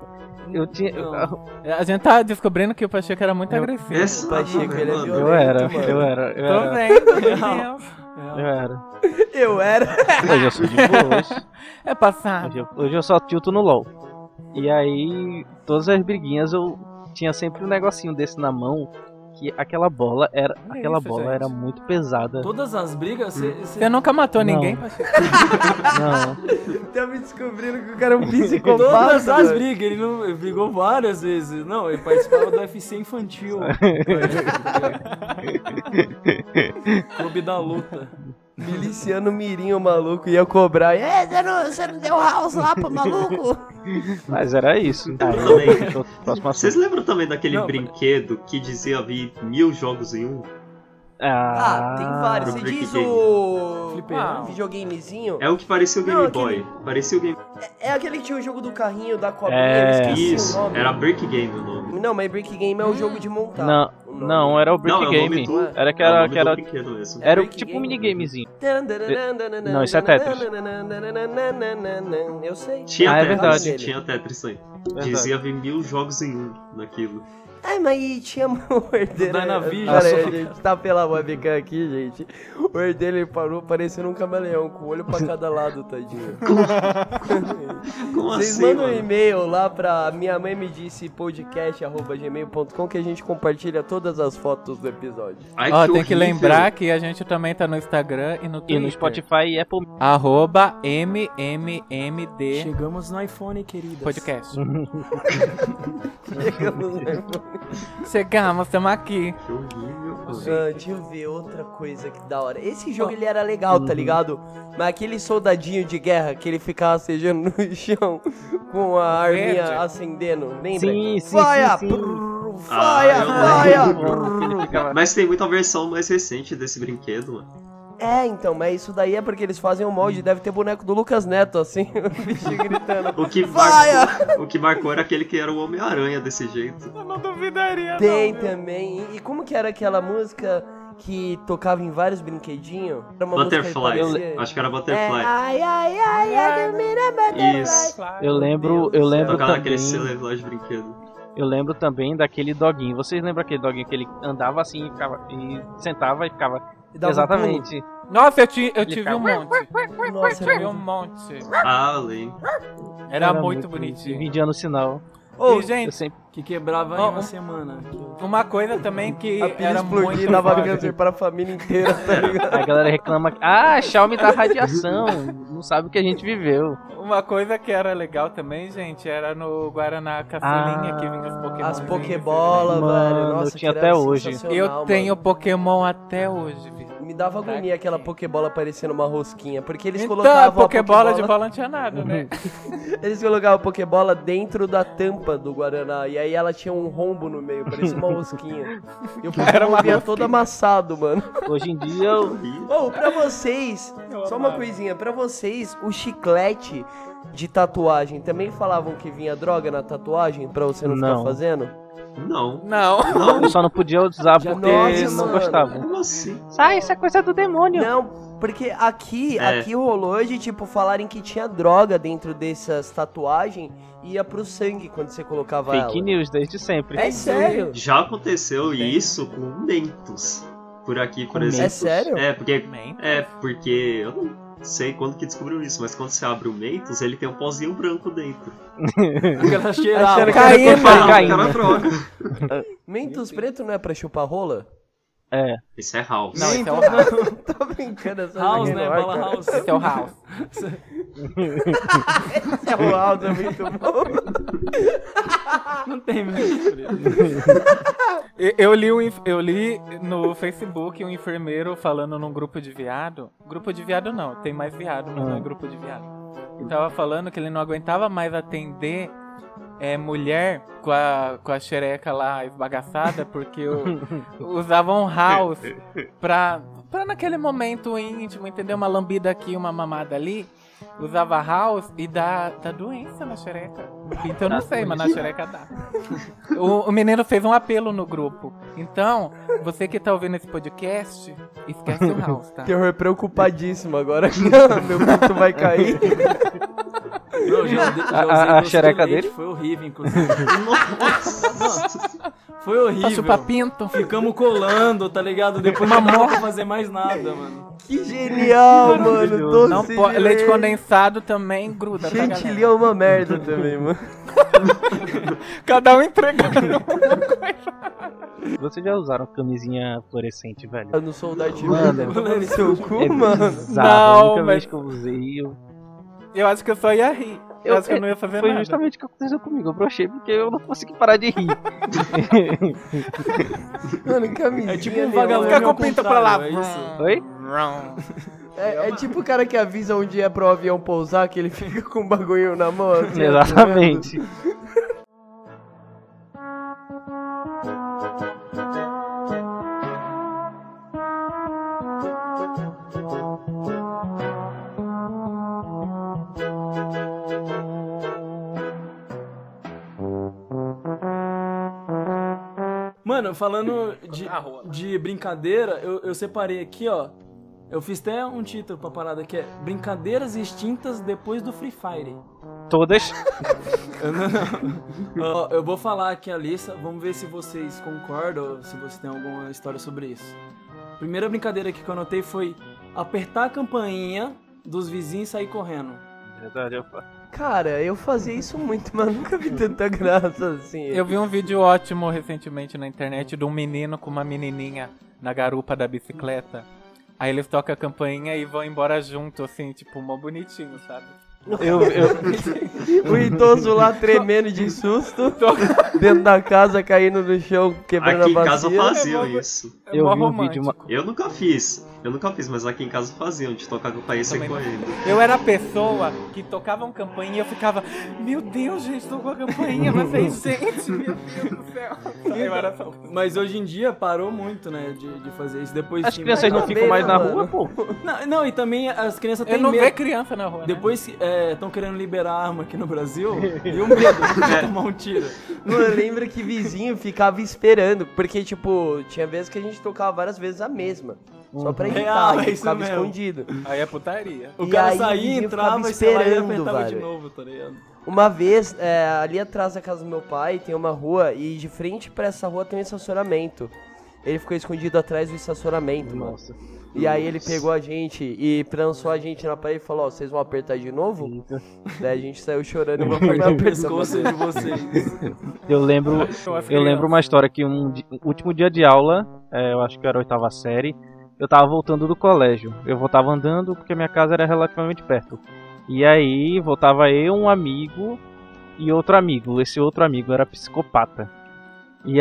Speaker 2: eu tinha.
Speaker 4: Não.
Speaker 1: A gente tá descobrindo que o Pacheco era muito
Speaker 2: Eu-
Speaker 1: agressivo.
Speaker 3: Essa
Speaker 5: Pacheco, ele é
Speaker 3: mano.
Speaker 2: Eu,
Speaker 5: violento.
Speaker 2: era,
Speaker 5: mano.
Speaker 2: eu era, eu
Speaker 1: Tô
Speaker 2: era,
Speaker 1: vendo, meu Deus.
Speaker 2: eu era.
Speaker 5: Eu era.
Speaker 2: Hoje eu sou de boas.
Speaker 1: É passado.
Speaker 2: Hoje eu, hoje eu só tilto no LOL. E aí, todas as briguinhas eu tinha sempre um negocinho desse na mão. Que aquela bola era.
Speaker 1: Olha
Speaker 2: aquela
Speaker 1: É isso,
Speaker 2: bola
Speaker 1: gente.
Speaker 2: era muito pesada.
Speaker 4: Todas as brigas, você
Speaker 1: Você nunca matou
Speaker 2: Não.
Speaker 1: ninguém, Pacheco?
Speaker 2: Não.
Speaker 5: Tava descobrindo que o cara é um
Speaker 4: Todas
Speaker 5: psicopata.
Speaker 4: as
Speaker 5: mano.
Speaker 4: brigas, ele não ele brigou várias vezes. Não, ele participava do UFC infantil. Clube da luta.
Speaker 5: Miliciano Mirinho maluco ia cobrar. É,
Speaker 6: É, você não, você não deu house lá pro maluco?
Speaker 2: Mas era isso.
Speaker 3: Também.
Speaker 2: Aí, deixa eu- próximo
Speaker 3: Vocês
Speaker 2: assunto.
Speaker 3: lembram também daquele
Speaker 4: Não,
Speaker 3: brinquedo que dizia vir mil jogos em um?
Speaker 5: Ah, tem vários.
Speaker 3: Ah.
Speaker 5: Você diz o.
Speaker 4: Fliperama.
Speaker 5: Ah, um videogamezinho?
Speaker 3: É o que parecia o Game
Speaker 5: Não,
Speaker 3: Boy. Parecia o Game
Speaker 5: É aquele que tinha o jogo do carrinho, da cobrinha,
Speaker 2: É.
Speaker 5: eu esqueci
Speaker 3: Isso,
Speaker 5: o nome.
Speaker 3: era Break Game o nome.
Speaker 5: Não, mas Brick Game é o jogo de montar.
Speaker 2: Não,
Speaker 5: O nome.
Speaker 2: não, era o Brick
Speaker 3: Não, é o nome
Speaker 2: Game.
Speaker 3: do.
Speaker 2: Era que
Speaker 3: é o
Speaker 2: era.
Speaker 3: nome
Speaker 2: Que
Speaker 3: do
Speaker 2: era
Speaker 3: brinquedo mesmo.
Speaker 2: era
Speaker 5: Brick
Speaker 2: tipo um
Speaker 5: Game.
Speaker 2: minigamezinho.
Speaker 5: Não,
Speaker 2: isso é Tetris.
Speaker 5: Eu sei.
Speaker 3: Tinha
Speaker 2: Ah, é
Speaker 3: Tetris,
Speaker 2: verdade.
Speaker 5: Dele.
Speaker 3: tinha Tetris aí.
Speaker 2: Verdade.
Speaker 3: Dizia vir mil jogos em um naquilo.
Speaker 5: Ai, mas tinha uma ordelha.
Speaker 4: Dynavision.
Speaker 5: Cara, a gente tá pela webcam aqui, gente. O ordelha parou parecendo um camaleão, com o olho pra cada lado, tadinho.
Speaker 3: Como
Speaker 5: Vocês
Speaker 3: assim,
Speaker 5: mandam um
Speaker 3: mano?
Speaker 5: e-mail lá pra minha mãe me disse podcast.gmail.com que a gente compartilha todas as fotos do episódio.
Speaker 3: Ai,
Speaker 1: Ó, tem que
Speaker 3: horrível.
Speaker 1: lembrar que a gente também tá no Instagram e no
Speaker 2: E
Speaker 1: Twitter.
Speaker 2: no Spotify e Apple
Speaker 1: Arroba MMMD
Speaker 4: Chegamos no iPhone, queridas.
Speaker 1: É. Podcast.
Speaker 2: Uhum.
Speaker 5: Chegamos, né?
Speaker 1: Chegamos, estamos aqui.
Speaker 3: Que horrível, mano.
Speaker 5: Ah, deixa eu ver outra coisa que da hora. Esse jogo ele era legal, tá ligado? Mas aquele soldadinho de guerra que ele ficava sejando no chão com a
Speaker 1: Verde.
Speaker 5: arminha acendendo, lembra?
Speaker 2: Sim, sim,
Speaker 5: Fire!
Speaker 2: sim, sim.
Speaker 5: prrr,
Speaker 3: Ah,
Speaker 5: Fire!
Speaker 3: eu
Speaker 5: fire!
Speaker 3: lembro. Mas tem muita versão mais recente desse brinquedo, mano.
Speaker 5: É, então, mas isso daí é porque eles fazem um molde, deve ter boneco do Lucas Neto, assim, o bicho gritando.
Speaker 3: O que,
Speaker 5: Vai,
Speaker 3: marcou, o que marcou era aquele que era o Homem-Aranha desse jeito.
Speaker 1: Eu não duvidaria,
Speaker 5: Tem também. E- E como que era aquela música que tocava em vários brinquedinhos? Era uma música que
Speaker 3: Butterfly.
Speaker 5: parecia-
Speaker 3: Acho que era
Speaker 5: É, ah,
Speaker 3: Butterfly.
Speaker 5: ai, ai, ai, ai, mira
Speaker 3: Isso.
Speaker 2: Eu lembro, eu lembro
Speaker 3: Tocava aquele
Speaker 2: também.
Speaker 3: celular de brinquedo.
Speaker 2: Eu lembro também daquele doguinho. Vocês lembram aquele doguinho que ele andava assim e ficava e sentava e ficava
Speaker 5: E dava um
Speaker 2: Exatamente.
Speaker 1: Nossa, eu, ti- eu
Speaker 2: Ele tá
Speaker 1: tive
Speaker 2: fica-
Speaker 1: um monte.
Speaker 5: pulo.
Speaker 1: Eu
Speaker 5: Nossa,
Speaker 1: tive
Speaker 5: era
Speaker 1: um
Speaker 5: muito-
Speaker 1: monte.
Speaker 3: Ah, eu lembro.
Speaker 1: Era, muito, bonitinho.
Speaker 2: Dividia no sinal.
Speaker 5: Ô,
Speaker 1: E,
Speaker 2: Eu
Speaker 1: gente,
Speaker 2: sempre
Speaker 4: Que quebrava em
Speaker 1: Ó,
Speaker 4: uma
Speaker 1: um-
Speaker 4: semana.
Speaker 1: uma coisa também que
Speaker 5: a pilha
Speaker 1: era
Speaker 5: explodir
Speaker 1: muito
Speaker 5: dava
Speaker 1: foda.
Speaker 5: câncer para a família inteira, tá ligado?
Speaker 2: a galera reclama, ah, Xiaomi dá radiação, não sabe o que a gente viveu.
Speaker 1: Uma coisa que era legal também, gente, era no Guaraná Caçulinha
Speaker 2: Ah,
Speaker 1: que vinha os Pokémon.
Speaker 5: As pokebolas,
Speaker 2: Mano,
Speaker 5: velho. Nossa,
Speaker 2: eu tinha
Speaker 5: que era
Speaker 2: até hoje.
Speaker 5: sensacional,
Speaker 1: Eu
Speaker 5: mano.
Speaker 1: tenho Pokémon até hoje, filho.
Speaker 5: Me dava agonia aquela pokebola parecendo uma rosquinha, porque eles
Speaker 1: Tá Então,
Speaker 5: colocavam
Speaker 1: a
Speaker 5: a
Speaker 1: Pokébola de bola não tinha nada, né?
Speaker 5: Eles colocavam a Pokébola dentro da tampa do Guaraná. E aí ela tinha um rombo no meio, parecia uma rosquinha. E o
Speaker 1: Era
Speaker 5: Pokémon
Speaker 1: uma
Speaker 5: vinha todo amassado, mano.
Speaker 2: Hoje em dia, eu-
Speaker 5: Ou, pra vocês,
Speaker 1: Eu
Speaker 5: só uma
Speaker 1: amava.
Speaker 5: coisinha, pra vocês, o chiclete de tatuagem também falavam que vinha droga na tatuagem pra você não,
Speaker 2: Não.
Speaker 5: ficar fazendo?
Speaker 3: Não.
Speaker 1: Não.
Speaker 2: eu só não podia usar
Speaker 4: Já-
Speaker 2: porque
Speaker 5: Nossa,
Speaker 2: não
Speaker 5: mano.
Speaker 2: gostava.
Speaker 3: Como assim?
Speaker 2: Sai, isso é coisa do demônio.
Speaker 5: Não, porque aqui,
Speaker 3: É.
Speaker 5: aqui rolou de tipo falarem que tinha droga dentro dessas tatuagens e ia pro sangue quando você colocava
Speaker 2: Fake
Speaker 5: ela.
Speaker 2: news desde sempre.
Speaker 5: É sério?
Speaker 3: Já aconteceu isso com Mentos. Por aqui, por
Speaker 2: Com
Speaker 3: exemplo.
Speaker 5: É sério?
Speaker 3: É, porque.
Speaker 1: Man,
Speaker 3: É, porque. Eu não sei quando que descobriram isso, mas quando você abre o Mentos, ele tem um pozinho branco dentro.
Speaker 4: Porque ela cheirava.
Speaker 5: Acharam que
Speaker 1: Caína.
Speaker 5: era cocaína.
Speaker 3: Ah,
Speaker 2: Cocaína.
Speaker 3: cara, droga.
Speaker 5: Mentos preto não é pra chupar rola?
Speaker 2: É.
Speaker 3: Isso é House.
Speaker 1: Não, esse é o House.
Speaker 5: Tô brincando, essa
Speaker 4: House,
Speaker 5: joguei
Speaker 4: né?
Speaker 5: no ar,
Speaker 4: Bala
Speaker 5: cara.
Speaker 4: House.
Speaker 1: Esse é o House.
Speaker 5: É o House, é muito bom.
Speaker 4: Não tem né? mesmo.
Speaker 1: E- Eu li, um inf- eu li no Facebook um enfermeiro falando num grupo de viado. Grupo de viado não, tem mais viado, mas não é
Speaker 2: Ah.
Speaker 1: grupo de viado. Ele tava falando que ele não aguentava mais atender é, mulher com a, com a xereca lá esbagaçada, porque o- usavam house pra, pra naquele momento íntimo, entendeu? Uma lambida aqui, uma mamada ali. Usava house e dá, dá doença na xereca. Então eu não sei, mas na xereca dá. O, o menino fez um apelo no grupo. Então, você que tá ouvindo esse podcast, esquece o house, tá?
Speaker 5: Terror preocupadíssimo agora. Meu pinto vai cair.
Speaker 4: Não, já, usei- já
Speaker 2: A-
Speaker 4: usei
Speaker 2: a- a
Speaker 4: doce de
Speaker 2: xereca
Speaker 4: leite,
Speaker 2: dele?
Speaker 4: Foi horrível, inclusive.
Speaker 3: Nossa.
Speaker 4: Foi
Speaker 1: Pra
Speaker 4: horrível.
Speaker 1: chupar pinto.
Speaker 4: Ficamos colando, tá ligado? Depois não dá pra fazer mais nada, mano.
Speaker 5: Que genial, mano. Doce
Speaker 1: Não
Speaker 5: de
Speaker 1: po- leite condensado também gruda. tá, galera?
Speaker 5: Chantilly é uma merda também, mano.
Speaker 1: Cada um entregando.
Speaker 2: Vocês já usaram camisinha fluorescente, velho?
Speaker 5: Eu não sou da
Speaker 2: Mano. É
Speaker 5: Ativa, tomando no seu cu, mano.
Speaker 2: bizarro, a
Speaker 1: Uh, Não,
Speaker 2: única
Speaker 1: mas-
Speaker 2: vez que eu usei, eu...
Speaker 1: Eu acho que eu só ia rir. Eu,
Speaker 2: Eu- é,
Speaker 1: acho que eu não ia fazer
Speaker 2: foi
Speaker 1: é nada.
Speaker 2: justamente o que aconteceu comigo. Eu brochei porque eu não consegui parar de rir.
Speaker 5: Mano, camisinha.
Speaker 4: É tipo um
Speaker 5: neon,
Speaker 4: vagalume
Speaker 5: né?
Speaker 1: Fica com
Speaker 4: ao
Speaker 1: o pinto pra lá.
Speaker 4: contrário, é isso?
Speaker 2: Oi?
Speaker 1: Vrum.
Speaker 5: É, é tipo o cara que avisa onde é pro avião pousar, que ele fica com o bagulho na mão. assim,
Speaker 2: Exatamente.
Speaker 4: Mano, falando de, de brincadeira, eu, eu separei aqui, ó. Eu fiz até um título pra parada que é Brincadeiras extintas depois do Free Fire.
Speaker 2: todas.
Speaker 4: Ó, eu vou falar aqui a lista, vamos ver se vocês concordam, ou se você tem alguma história sobre isso. Primeira brincadeira aqui que eu anotei foi apertar a campainha dos vizinhos e sair correndo.
Speaker 2: Verdade, eu falo.
Speaker 5: Cara, eu fazia isso muito, mas nunca vi tanta graça assim.
Speaker 1: Eu vi um vídeo ótimo recentemente na internet de um menino com uma menininha na garupa da bicicleta. Aí eles tocam a campainha e vão embora junto, assim, tipo, mó bonitinho, sabe?
Speaker 2: Eu, eu,
Speaker 5: O idoso lá tremendo de susto, dentro da casa, caindo no chão, quebrando
Speaker 3: Aqui em
Speaker 5: a
Speaker 3: casa
Speaker 5: bacia. né,
Speaker 3: faziam
Speaker 1: É uma-
Speaker 3: isso.
Speaker 1: É
Speaker 2: eu
Speaker 1: mó
Speaker 2: vi um vídeo.
Speaker 1: romântico.
Speaker 2: Uma...
Speaker 3: Eu nunca fiz. Eu nunca fiz, mas aqui em casa faziam de tocar campainha e sair
Speaker 1: Também não.
Speaker 3: correndo.
Speaker 1: Eu era a pessoa que tocava uma campainha e eu ficava, meu Deus, gente, tocou a campainha, mas aí, gente, meu Deus do céu. Eu era só-
Speaker 4: Mas hoje em dia parou muito, né, de, de fazer isso. Depois
Speaker 2: As
Speaker 4: que-
Speaker 2: crianças não
Speaker 5: também,
Speaker 2: ficam mais na
Speaker 5: mano.
Speaker 2: rua, pô.
Speaker 4: Não, não, e também as crianças
Speaker 1: Eu
Speaker 4: têm
Speaker 1: não
Speaker 4: medo.
Speaker 1: vejo criança na rua. né?
Speaker 4: Depois estão querendo liberar arma aqui no Brasil, e o medo de tomar um tiro.
Speaker 5: Mano, eu lembro que vizinho ficava esperando, porque, tipo, tinha vezes que a gente tocava várias vezes a mesma. Só pra irritar,
Speaker 4: Real, é
Speaker 5: que
Speaker 4: isso
Speaker 5: ficava
Speaker 4: mesmo.
Speaker 5: escondido.
Speaker 1: Aí é putaria.
Speaker 4: O
Speaker 5: E
Speaker 4: cara
Speaker 5: aí,
Speaker 4: saía,
Speaker 5: eu ficava
Speaker 4: entrava, e sei lá, e
Speaker 5: esperando,
Speaker 4: apertava de
Speaker 5: velho.
Speaker 4: novo, tá ligado?
Speaker 5: Uma vez, é, ali atrás da casa do meu pai, tem uma rua, e de frente pra essa rua tem um estacionamento. Ele ficou escondido atrás do estacionamento, mano.
Speaker 2: Nossa.
Speaker 5: E aí ele pegou a gente e trançou a gente na parede e falou, ó, vocês vão apertar de novo? Daí a gente saiu chorando.
Speaker 4: Eu vou
Speaker 5: e foi
Speaker 4: apertar o
Speaker 5: apertando.
Speaker 4: pescoço de vocês.
Speaker 2: Eu lembro, eu lembro uma história que um di- um último dia de aula, é, eu acho que era a oitava série, eu tava voltando do colégio. Eu voltava andando porque minha casa era relativamente perto. E aí voltava eu, um amigo e outro amigo. Esse outro amigo era psicopata. E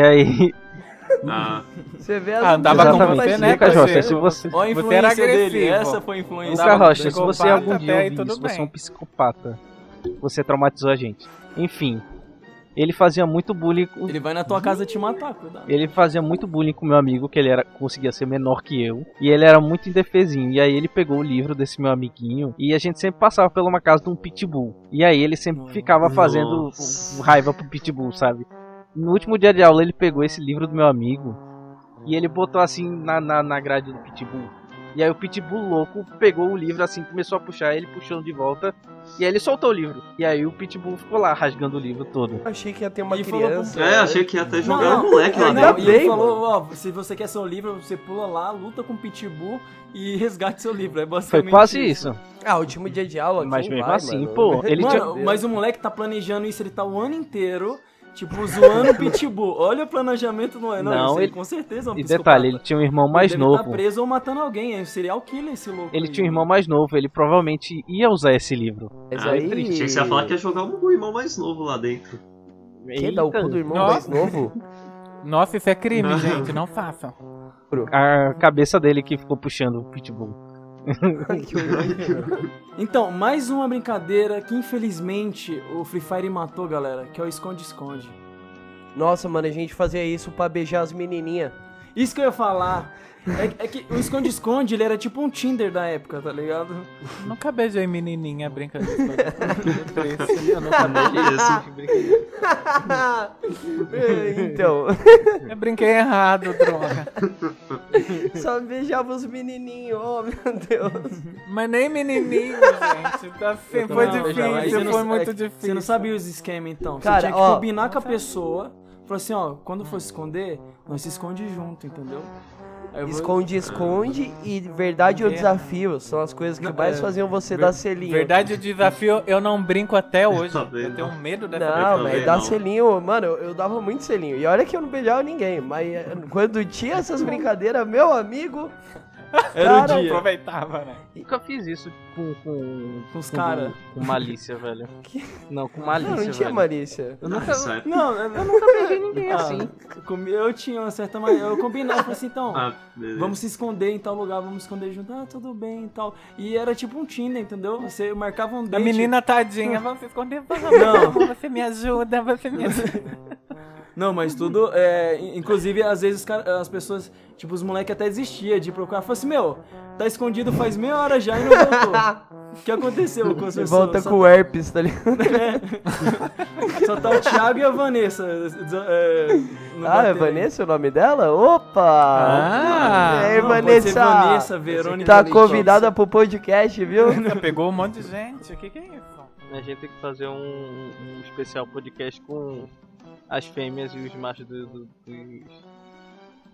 Speaker 2: aí,
Speaker 3: Ah,
Speaker 5: Você vê as
Speaker 1: Ah, andava com
Speaker 2: exatamente,
Speaker 1: você, né,
Speaker 2: Dica
Speaker 1: Cachê?
Speaker 2: Rocha, se você,
Speaker 4: Ó a
Speaker 1: Você
Speaker 4: influência
Speaker 1: era
Speaker 4: dele,
Speaker 1: agressivo.
Speaker 4: essa foi a influência.
Speaker 2: Luca
Speaker 1: Dava
Speaker 2: Rocha, se você
Speaker 1: psicopata,
Speaker 2: algum dia
Speaker 1: até aí
Speaker 2: ouvir
Speaker 1: tudo
Speaker 2: isso, você é
Speaker 1: bem.
Speaker 2: um psicopata. Você traumatizou a gente. Enfim, ele fazia muito bullying. com-
Speaker 4: Ele vai na tua casa te matar, cuidado.
Speaker 2: Ele fazia muito bullying com meu amigo, que ele era conseguia ser menor que eu, e ele era muito indefesinho. E aí ele pegou o livro desse meu amiguinho, e a gente sempre passava pela uma casa de um pitbull. E aí ele sempre ficava fazendo
Speaker 3: Nossa.
Speaker 2: raiva pro pitbull, sabe? No último dia de aula ele pegou esse livro do meu amigo e ele botou assim na, na, na grade do pitbull. E aí o pitbull louco pegou o livro assim, começou a puxar, ele puxou de volta e aí ele soltou o livro. E aí o pitbull ficou lá rasgando o livro todo.
Speaker 5: Achei que ia ter uma
Speaker 4: E falou
Speaker 5: criança.
Speaker 3: é, achei que ia até jogar
Speaker 4: Não, é
Speaker 3: o moleque lá
Speaker 5: ainda
Speaker 4: não,
Speaker 3: dentro.
Speaker 4: e
Speaker 5: bem,
Speaker 4: ele falou, ó, se você quer seu livro, você pula lá, luta com o Pitbull e resgate seu livro. É
Speaker 2: Foi
Speaker 4: basicamente
Speaker 2: quase isso.
Speaker 5: Ah, último dia de aula,
Speaker 2: Mas
Speaker 5: quem
Speaker 2: mesmo
Speaker 5: vai,
Speaker 2: assim,
Speaker 5: mano?
Speaker 2: pô, ele tinha-
Speaker 4: Mano, mas o moleque tá planejando isso, ele tá o ano inteiro, tipo, zoando o Pitbull. Olha o planejamento do ano.
Speaker 2: Não,
Speaker 4: Não, ele,
Speaker 2: ele-
Speaker 4: com certeza é um
Speaker 2: E
Speaker 4: psicopata.
Speaker 2: detalhe, ele tinha um irmão mais
Speaker 4: deve
Speaker 2: novo.
Speaker 4: tá preso ou matando alguém, é um serial killer esse louco.
Speaker 2: Ele
Speaker 4: aí.
Speaker 5: Uhum.
Speaker 2: tinha um irmão mais novo, ele provavelmente ia usar esse livro.
Speaker 5: Mas
Speaker 3: Ah,
Speaker 5: aí...
Speaker 3: Achei que você ia falar que ia jogar o irmão mais novo lá dentro.
Speaker 5: Quem é dá o cu do irmão mais
Speaker 1: Nossa.
Speaker 5: novo?
Speaker 1: Nossa, isso é crime,
Speaker 3: Não.
Speaker 1: gente, não façam.
Speaker 2: A cabeça dele que ficou puxando o pitbull.
Speaker 5: Que horror.
Speaker 4: Então, mais uma brincadeira que infelizmente o Free Fire matou, galera, que é o esconde-esconde.
Speaker 5: Nossa, mano, a gente fazia isso pra beijar as menininhas.
Speaker 4: Isso que eu ia falar. É, é que o esconde-esconde, ele era tipo um Tinder da época, tá ligado?
Speaker 1: Nunca beijei menininha brincando com isso. Tô triste, eu nunca beijei.
Speaker 4: tipo
Speaker 3: Isso.
Speaker 5: então,
Speaker 1: Eu brinquei errado, droga.
Speaker 5: só beijava os menininhos, oh meu Deus.
Speaker 1: Mas nem menininho, gente. Tá assim, foi
Speaker 4: Não,
Speaker 1: difícil,
Speaker 4: Java, aí você não-
Speaker 1: foi
Speaker 4: é
Speaker 1: muito
Speaker 4: que
Speaker 1: difícil.
Speaker 4: Você não sabia os esquemas, então.
Speaker 5: Cara,
Speaker 4: você tinha que
Speaker 5: ó.
Speaker 4: combinar com a pessoa. Falou assim, ó, quando for se esconder, nós se esconde junto, entendeu? Aí eu vou-
Speaker 5: É Esconde, esconde e verdade ou
Speaker 1: É.
Speaker 5: desafio são as coisas que
Speaker 4: Não,
Speaker 5: mais
Speaker 4: é,
Speaker 5: faziam você
Speaker 4: ver-
Speaker 5: dar selinho.
Speaker 1: Verdade, o desafio eu não brinco até hoje.
Speaker 3: Eu também
Speaker 1: Eu tenho
Speaker 3: não.
Speaker 1: medo dessa
Speaker 5: Não,
Speaker 3: Eu
Speaker 5: mas
Speaker 3: também
Speaker 5: dar
Speaker 3: não.
Speaker 5: selinho, mano, eu, eu dava muito selinho. E olha que eu não beijava ninguém, mas eh, quando tinha essas brincadeiras, meu amigo,
Speaker 4: Era o
Speaker 5: Cara,
Speaker 1: Eu
Speaker 4: dia.
Speaker 1: aproveitava, né?
Speaker 2: Nunca fiz isso com. com.
Speaker 4: Com os caras.
Speaker 2: Com, malícia, velho.
Speaker 5: Que-
Speaker 2: Não, com
Speaker 5: não,
Speaker 2: malícia.
Speaker 5: não tinha
Speaker 2: velho.
Speaker 5: malícia.
Speaker 3: Ah,
Speaker 2: Eu nunca,
Speaker 3: Essa época-
Speaker 4: Não, eu não
Speaker 2: nunca beijei ninguém
Speaker 4: Ah,
Speaker 2: assim.
Speaker 4: comi- Eu tinha uma certa maneira. Eu combinava, eu falei assim, então,
Speaker 3: Ah, beleza.
Speaker 4: vamos se esconder em tal lugar, vamos esconder junto. Ah, tudo bem e tal. E era tipo um Tinder, entendeu? Você marcava um date.
Speaker 1: A menina tadinha, vamos se esconder, vamos,
Speaker 4: Não.
Speaker 1: vamos, você me ajuda, você me ajuda.
Speaker 4: Não, mas tudo. É, in- inclusive, às vezes os cara- as pessoas. Tipo, os moleques até desistiam de procurar. Falaram assim: Meu, tá escondido faz meia hora já e não voltou. O que aconteceu com as
Speaker 5: Você
Speaker 4: pessoas?
Speaker 5: volta
Speaker 4: só,
Speaker 5: com o herpes, tá ligado?
Speaker 4: só tá o Thiago e a Vanessa. É, não
Speaker 5: Ah, é
Speaker 4: bateram
Speaker 5: Vanessa o nome dela? Opa!
Speaker 1: Ah,
Speaker 5: é,
Speaker 4: ainda. Não, pode ser
Speaker 5: Vanessa!
Speaker 4: Vanessa, Verônica.
Speaker 5: Tá
Speaker 4: Leite Lopes.
Speaker 5: convidada pro podcast, viu?
Speaker 1: pegou um monte de gente, o que que é isso?
Speaker 2: A gente tem que fazer um, um- um especial podcast com as fêmeas e os machos do- do- dos-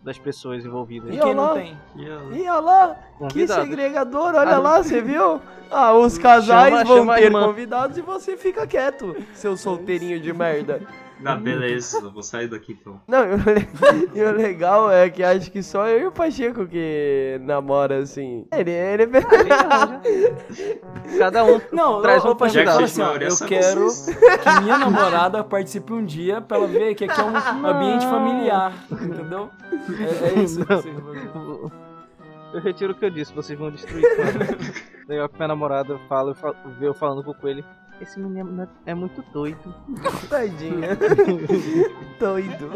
Speaker 2: das pessoas envolvidas.
Speaker 5: E
Speaker 4: Quem não
Speaker 5: olá.
Speaker 4: tem?
Speaker 3: E ela-
Speaker 5: Ih, olha lá, que
Speaker 2: Convidado.
Speaker 5: segregador, olha
Speaker 2: Ah.
Speaker 5: lá, você viu? Ah, os casais
Speaker 2: Chama-
Speaker 5: vão
Speaker 2: chama a
Speaker 5: ter
Speaker 2: irmã.
Speaker 5: convidados e você fica quieto, seu solteirinho de merda.
Speaker 3: Ah, beleza, eu vou sair daqui então.
Speaker 5: Não, e o le- e o legal é que acho que só eu e o Pacheco que namora assim. Ele, ele
Speaker 2: Cada um
Speaker 4: Não,
Speaker 2: traz
Speaker 4: ô,
Speaker 2: um
Speaker 4: ô, Pacheco,
Speaker 2: convidado.
Speaker 4: fala
Speaker 3: Jack
Speaker 4: assim, ó,
Speaker 3: Maria,
Speaker 4: eu
Speaker 3: sabe
Speaker 4: quero
Speaker 3: vocês?
Speaker 4: que minha namorada participe um dia pra ela ver que aqui é um ambiente familiar, entendeu? É, é isso. que vocês vão ver.
Speaker 2: Eu retiro o que eu disse, vocês vão destruir. cara. Legal que minha namorada fala, eu falo, vê eu falando com o coelho. Esse menino é- é muito doido.
Speaker 5: Tadinha. Doido.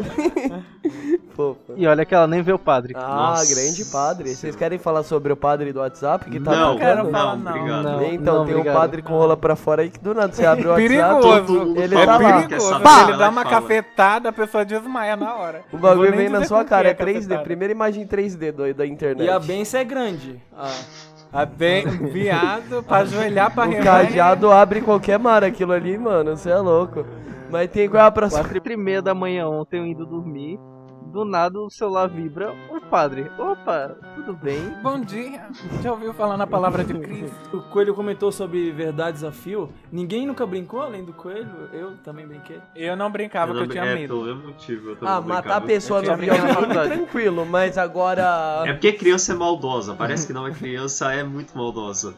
Speaker 5: Fofa.
Speaker 2: E olha que ela nem vê o padre.
Speaker 5: Ah,
Speaker 3: Nossa
Speaker 5: grande padre. Vocês
Speaker 3: Senhora.
Speaker 5: querem falar sobre o padre do WhatsApp que tá
Speaker 3: não,
Speaker 1: quero
Speaker 5: bacana?
Speaker 1: falar,
Speaker 3: não,
Speaker 1: não.
Speaker 3: obrigado.
Speaker 2: Não.
Speaker 5: Então, tem
Speaker 2: obrigado.
Speaker 5: um padre com rola pra fora aí que do nada você abre o WhatsApp.
Speaker 1: Perigoso.
Speaker 5: Ele
Speaker 1: é
Speaker 5: tá lá.
Speaker 1: perigoso.
Speaker 5: Pá!
Speaker 1: Ele dá uma
Speaker 3: Ela fala.
Speaker 1: cafetada, a pessoa desmaia na hora.
Speaker 5: O
Speaker 1: Não vou
Speaker 5: bagulho
Speaker 1: nem
Speaker 5: vem na
Speaker 1: dizer
Speaker 5: sua
Speaker 1: com
Speaker 5: cara, é
Speaker 1: quem a
Speaker 5: 3D,
Speaker 1: cafetada.
Speaker 5: primeira imagem 3D do, da internet.
Speaker 4: E a benção é grande. Ah,
Speaker 1: Ah, bem, viado, pra ajoelhar, pra
Speaker 5: O
Speaker 1: remar.
Speaker 5: cadeado abre qualquer mar aquilo ali, mano, você é louco. Mas tem qual é a próxima?
Speaker 2: Quatro e meia da manhã ontem eu indo dormir. Do nada o celular vibra. Ô padre, opa, tudo bem?
Speaker 1: Bom dia. Já ouviu falar na palavra de Cristo?
Speaker 4: o Coelho comentou sobre verdades a fio. Ninguém nunca brincou além do Coelho. Eu também brinquei.
Speaker 1: Eu não brincava,
Speaker 3: Eu
Speaker 1: porque
Speaker 3: não-
Speaker 1: eu tinha
Speaker 3: é,
Speaker 1: medo.
Speaker 3: pelo mesmo motivo. Eu também
Speaker 5: Ah, matar a
Speaker 3: brincava.
Speaker 5: pessoa
Speaker 1: Eu tinha
Speaker 5: no videogame,
Speaker 2: brincado.
Speaker 5: tranquilo, mas agora...
Speaker 3: É porque criança é maldosa. Parece que não, mas criança é muito maldosa.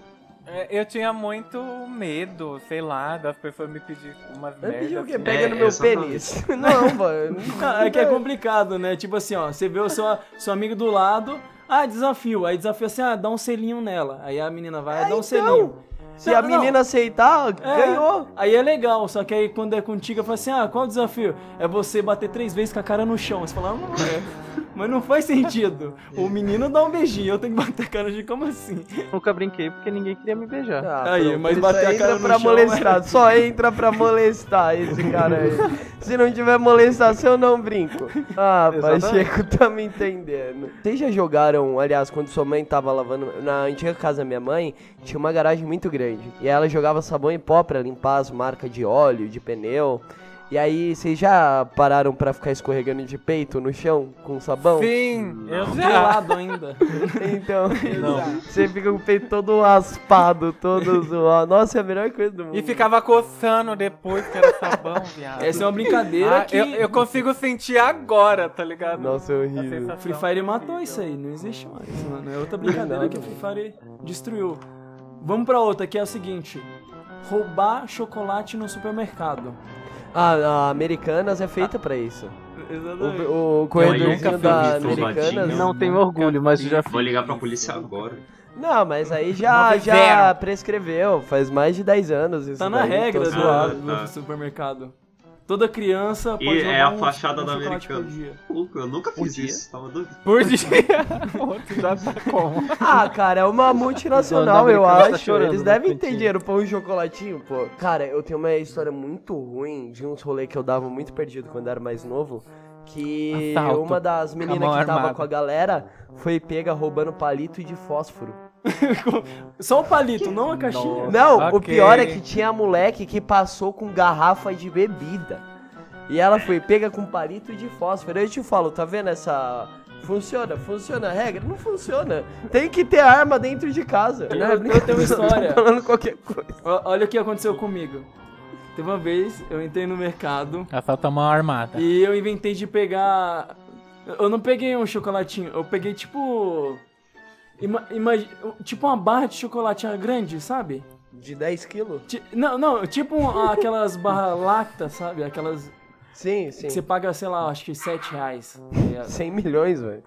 Speaker 1: É, Eu tinha muito medo, sei lá, das pessoas me pedirem umas
Speaker 5: Eu pedi o
Speaker 1: merdas.
Speaker 5: quê?
Speaker 1: assim.
Speaker 5: Pega
Speaker 3: É,
Speaker 5: no meu
Speaker 3: exatamente.
Speaker 5: pênis. Não, mano.
Speaker 4: Ah, É que é complicado, né? Tipo assim, ó, você vê o seu, seu amigo do lado, ah, desafio. Aí desafio assim, ah, dá um selinho nela. Aí a menina vai, dá um selinho.
Speaker 5: Se a
Speaker 4: Não,
Speaker 5: menina aceitar,
Speaker 4: É,
Speaker 5: ganhou.
Speaker 4: Aí é legal, só que aí quando é contigo, eu falo assim, ah, qual o desafio? É você bater três vezes com a cara no chão. Aí Você fala, ah, não, é. Mas não faz sentido. O menino dá um beijinho, eu tenho que bater a cara de como assim?
Speaker 2: Nunca brinquei porque ninguém queria me beijar.
Speaker 5: Ah,
Speaker 4: Aí,
Speaker 5: pronto,
Speaker 4: mas
Speaker 5: ele
Speaker 4: bater
Speaker 5: só
Speaker 4: a
Speaker 5: entra
Speaker 4: cara no
Speaker 5: pra
Speaker 4: chão, é.
Speaker 5: molestar, só entra pra molestar esse cara aí. Se não tiver molestação, eu não brinco. Ah,
Speaker 2: Exatamente.
Speaker 5: Pacheco, tá me entendendo. Vocês já jogaram, aliás, quando sua mãe tava lavando. Na antiga casa da minha mãe, tinha uma garagem muito grande. E ela jogava sabão em pó pra limpar as marcas de óleo, de pneu. E aí, vocês já pararam pra ficar escorregando de peito no chão com sabão?
Speaker 1: Sim, eu já.
Speaker 4: Pelado ainda.
Speaker 5: Então, você fica com o peito todo raspado, todo zoado. Nossa, é a melhor coisa do mundo.
Speaker 1: E ficava coçando depois que era sabão, viado.
Speaker 4: Essa é uma brincadeira
Speaker 1: Ah,
Speaker 4: que...
Speaker 1: eu, eu consigo sentir agora, tá ligado?
Speaker 5: Nossa, é
Speaker 1: A
Speaker 5: horrível.
Speaker 1: sensação.
Speaker 4: Free Fire matou isso aí, não existe mais, mano. É outra né? brincadeira que o Free Fire destruiu. Vamos pra outra, que é o seguinte: roubar chocolate no supermercado.
Speaker 5: Ah, a Americanas é feita pra isso.
Speaker 4: Exatamente.
Speaker 5: O, o
Speaker 3: Eu nunca
Speaker 5: corredorzinho
Speaker 3: fiz
Speaker 5: da
Speaker 3: isso,
Speaker 5: Americanas.
Speaker 3: Vadinho.
Speaker 2: Não tenho orgulho, mas eu já
Speaker 3: Vou ligar pra polícia agora.
Speaker 5: Não, mas aí já,
Speaker 1: Nove
Speaker 5: já
Speaker 1: zero.
Speaker 5: prescreveu. Faz mais de 10 anos isso.
Speaker 4: Tá na
Speaker 5: daí, tô
Speaker 4: regra do,
Speaker 5: zoado.
Speaker 3: zoado.
Speaker 4: do supermercado. Toda criança pode
Speaker 3: E é
Speaker 4: roubar
Speaker 3: a
Speaker 4: um-
Speaker 3: fachada
Speaker 4: um
Speaker 3: da
Speaker 4: chocolate por
Speaker 3: Americanas.
Speaker 4: dia.
Speaker 3: Louco, eu nunca
Speaker 2: Bom
Speaker 3: fiz
Speaker 2: dia.
Speaker 3: isso. Tava doido.
Speaker 1: Por dia. Outro já tá como?
Speaker 5: Ah, cara, é uma
Speaker 2: Os
Speaker 5: multinacional,
Speaker 2: donos
Speaker 5: eu
Speaker 2: da Americanas tá
Speaker 5: acho.
Speaker 2: chorando
Speaker 5: Eles
Speaker 2: na
Speaker 5: devem
Speaker 2: frente
Speaker 5: ter
Speaker 2: dele.
Speaker 5: dinheiro pra um chocolatinho, pô. Cara, eu tenho uma história muito ruim de uns rolês que eu dava muito perdido quando era mais novo. Que
Speaker 1: Assalto.
Speaker 5: uma das
Speaker 1: mão
Speaker 5: meninas que tava
Speaker 1: armada.
Speaker 5: com a galera foi pega roubando palito de fósforo.
Speaker 4: Só o palito, não a caixinha.
Speaker 5: Não, o
Speaker 1: Ok.
Speaker 5: pior é que tinha moleque que passou com garrafa de bebida. E ela foi pega com palito de fósforo. Eu te falo, tá vendo essa. Funciona? Funciona a regra? Não funciona. Tem que ter arma dentro de casa. Não, é
Speaker 4: Eu tenho uma
Speaker 5: brincadeira,
Speaker 4: história.
Speaker 5: tô falando qualquer coisa.
Speaker 4: Ó- Olha o que aconteceu comigo. Teve uma vez, eu entrei no mercado,
Speaker 1: Assalta mão "Tá armada.
Speaker 4: E eu inventei de pegar. Eu não peguei um chocolatinho, eu peguei tipo. Ima, imagi- tipo uma barra de chocolatinha grande, sabe?
Speaker 5: De 10 quilos?
Speaker 4: Ti- não, não, tipo um- aquelas barras lactas, sabe? Aquelas
Speaker 5: Sim,
Speaker 4: que você
Speaker 5: sim.
Speaker 4: paga, sei lá, acho que 7 reais. tá ligado?
Speaker 5: 100 milhões, velho.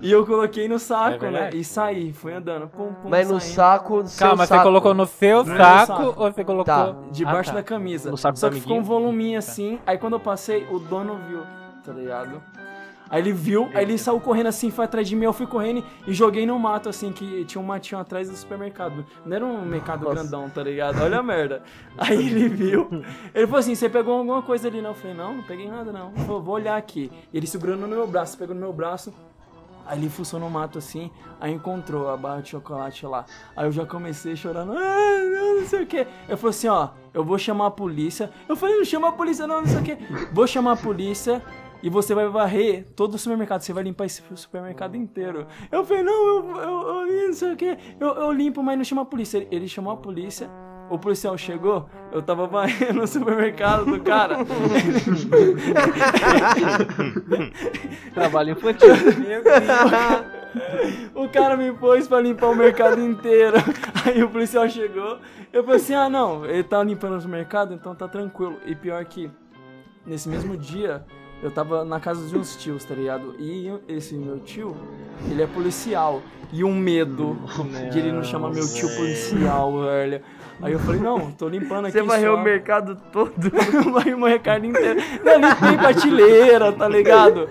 Speaker 4: e eu coloquei no
Speaker 1: É
Speaker 4: saco, né?
Speaker 1: verdade.
Speaker 4: E saí, fui andando. Pum, pum,
Speaker 5: Mas no
Speaker 4: saindo.
Speaker 5: saco do seu
Speaker 1: Calma,
Speaker 5: saco.
Speaker 1: você colocou no seu
Speaker 4: No
Speaker 1: saco,
Speaker 4: saco.
Speaker 1: ou você colocou.
Speaker 5: Tá,
Speaker 4: Debaixo
Speaker 1: Ah,
Speaker 4: da camisa.
Speaker 2: No saco
Speaker 4: Só
Speaker 2: do
Speaker 4: que ficou um
Speaker 2: amiguinho? Tá.
Speaker 4: voluminho assim. Aí quando eu passei, o dono viu, tá ligado? Aí ele viu, aí ele saiu correndo assim, foi atrás de mim, eu fui correndo e joguei no mato, assim, que tinha um matinho atrás do supermercado. Não era um mercado
Speaker 5: Nossa.
Speaker 4: grandão, tá ligado? Olha a merda. Aí ele viu, ele falou assim, você pegou alguma coisa ali, não? Eu falei, não, não peguei nada, não. Ele falou, vou olhar aqui. E ele segurando no meu braço, pegou no meu braço, Aí ele fuçou no mato assim, aí encontrou a barra de chocolate lá. Aí eu já comecei chorando, ah, não, não sei o que. Eu falei assim, ó, eu vou chamar a polícia. Eu falei, não chama a polícia, não, não sei o que. Vou chamar a polícia e você vai varrer todo o supermercado, você vai limpar esse supermercado inteiro. Eu falei, não, eu, eu, eu não sei o que, eu, eu limpo, mas não chama a polícia. Ele, ele chamou a polícia. O policial chegou, eu tava varrendo o supermercado do cara.
Speaker 1: um.
Speaker 2: Trabalho infantil.
Speaker 4: O cara me pôs pra limpar o mercado inteiro. Aí o policial chegou. Eu falei assim: ah, não, ele tá limpando os mercados, então tá tranquilo. E pior que nesse mesmo dia, eu tava na casa de uns tios, tá ligado? E esse meu tio, ele é policial. E um medo de ele não chamar meu tio policial, velho. Aí eu falei: não, tô limpando aqui.
Speaker 5: Você varreu
Speaker 4: só.
Speaker 5: o mercado todo.
Speaker 4: Vai uma recarga inteira. Não, limpei prateleira, tá ligado?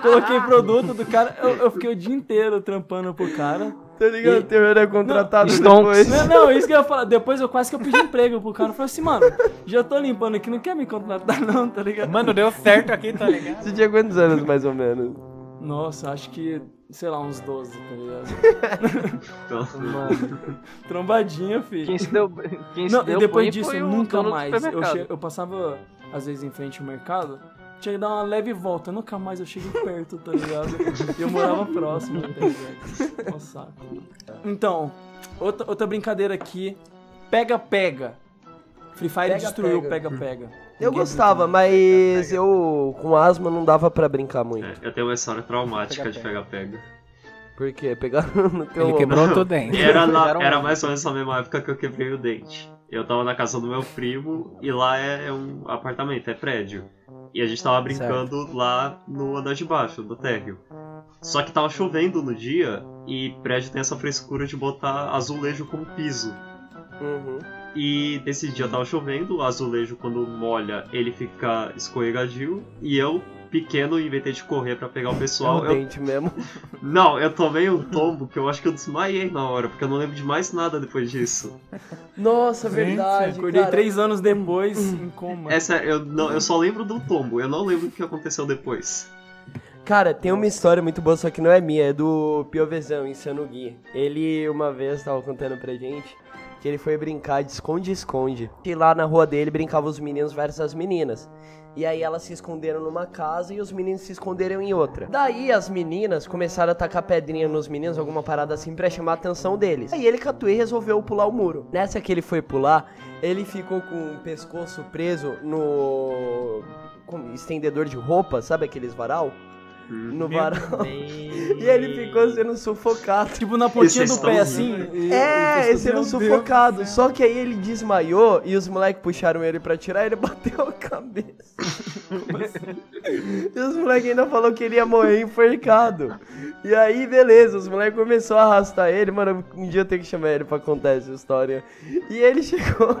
Speaker 4: Coloquei produto do cara. Eu, eu fiquei o dia inteiro trampando pro cara.
Speaker 5: Tá ligado?
Speaker 4: E-
Speaker 5: O terror é contratado
Speaker 2: Stonks.
Speaker 5: depois.
Speaker 4: Não, não, isso que eu ia falar. Depois eu quase que eu pedi emprego pro cara. Eu falei assim, mano, já tô limpando aqui, não quer me contratar não, tá ligado?
Speaker 1: Mano, deu certo aqui, tá ligado?
Speaker 5: Você tinha quantos anos, mais ou menos?
Speaker 4: Nossa, acho que, sei lá, uns 12, tá ligado?
Speaker 3: Então,
Speaker 2: Mano,
Speaker 4: Trombadinha, filho.
Speaker 2: quem se deu, quem se
Speaker 4: Não,
Speaker 2: deu
Speaker 4: e depois
Speaker 2: bem
Speaker 4: disso,
Speaker 2: foi o
Speaker 4: nunca
Speaker 2: dono do
Speaker 4: mais. Eu,
Speaker 2: supermercado.
Speaker 4: che- eu passava, às vezes, em frente ao mercado, tinha que dar uma leve volta. Nunca mais eu cheguei perto, tá ligado? E eu morava próximo, tá ligado? Um saco. Então, outra, outra brincadeira aqui. Pega-pega. Free Fire
Speaker 5: Pega,
Speaker 4: destruiu o
Speaker 5: pega.
Speaker 4: pega-pega.
Speaker 5: Eu
Speaker 4: Ninguém
Speaker 5: gostava,
Speaker 4: brincava.
Speaker 5: mas eu com asma não dava pra brincar muito.
Speaker 3: é, eu tenho uma história traumática de pega-pega.
Speaker 5: Por quê? Pegaram no teu
Speaker 1: Ele quebrou todo dente.
Speaker 3: Era, na-
Speaker 2: Pegaram
Speaker 3: era
Speaker 2: um.
Speaker 3: mais ou menos na mesma época que eu quebrei o dente. Eu tava na casa do meu primo e lá é, é um apartamento, é prédio. E a gente tava brincando lá no andar de baixo, do térreo. Só que tava chovendo no dia e prédio tem essa frescura de botar azulejo como piso.
Speaker 5: Uhum.
Speaker 3: E nesse dia tava chovendo, o azulejo quando molha ele fica escorregadio e eu, pequeno, inventei de correr pra pegar o
Speaker 5: É o
Speaker 3: pessoal. Eu-
Speaker 5: dente mesmo.
Speaker 3: não, eu tomei um tombo que eu acho que eu desmaiei na hora, porque eu não lembro de mais nada depois disso.
Speaker 5: Nossa,
Speaker 4: Verdade,
Speaker 5: verdade.
Speaker 4: acordei
Speaker 5: cara.
Speaker 4: três anos depois em coma.
Speaker 3: Essa eu não, eu só lembro do tombo, eu não lembro o que aconteceu depois.
Speaker 5: Cara, tem uma história muito boa, só que não é minha, é do Piovezão, insano Gui. Ele uma vez tava contando pra gente que ele foi brincar de esconde-esconde. E lá na rua dele brincavam os meninos versus as meninas. E aí elas se esconderam numa casa e os meninos se esconderam em outra. Daí as meninas começaram a tacar pedrinha nos meninos, alguma parada assim, pra chamar a atenção deles. Aí ele, Catuê, resolveu pular o muro. Nessa que ele foi pular, ele ficou com o pescoço preso no... como- estendedor de roupa, sabe aqueles varal? No varal. E ele ficou sendo sufocado.
Speaker 4: Tipo, na pontinha
Speaker 3: Vocês
Speaker 4: do pé,
Speaker 3: estão
Speaker 4: assim. e-
Speaker 5: um É,
Speaker 4: e-
Speaker 5: ele sendo
Speaker 4: meu
Speaker 5: sufocado. Só que aí ele desmaiou e os moleques puxaram ele pra tirar e ele bateu a cabeça. e os moleques ainda falaram que ele ia morrer enforcado. E aí, beleza, os moleques começaram a arrastar ele. Mano, um dia eu tenho que chamar ele pra contar essa história. E ele chegou.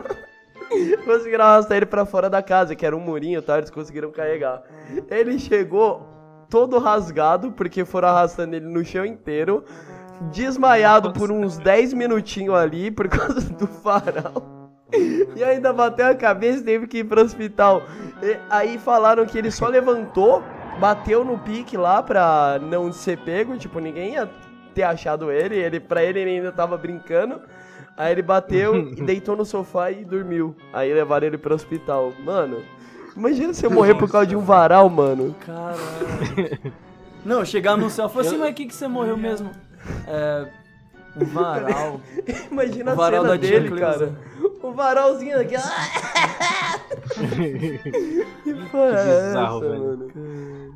Speaker 5: Conseguiram arrastar ele pra fora da casa, que era um murinho, tá? Eles conseguiram carregar. Ele chegou todo rasgado, porque foram arrastando ele no chão inteiro, desmaiado por uns 10 minutinhos ali, por causa do farol. E ainda bateu a cabeça e teve que ir pro hospital. E aí falaram que ele só levantou, bateu no pique lá pra não ser pego, tipo, ninguém ia ter achado ele, ele pra ele ele ainda tava brincando. Aí ele bateu, e deitou no sofá e dormiu. Aí levaram ele pro hospital. Mano, imagina se eu morrer por causa de um varal, mano.
Speaker 4: Deus, Caralho. Não, chegar no céu. Falei assim, mas o que, que você morreu mesmo? É. Um varal.
Speaker 5: Imagina
Speaker 4: O
Speaker 5: a
Speaker 4: varal
Speaker 5: cena
Speaker 4: da
Speaker 5: dele,
Speaker 4: Jacqueline, né?
Speaker 5: cara. O varalzinho aqui. ah! que porra é
Speaker 2: bizarro,
Speaker 5: essa,
Speaker 2: velho.
Speaker 5: mano?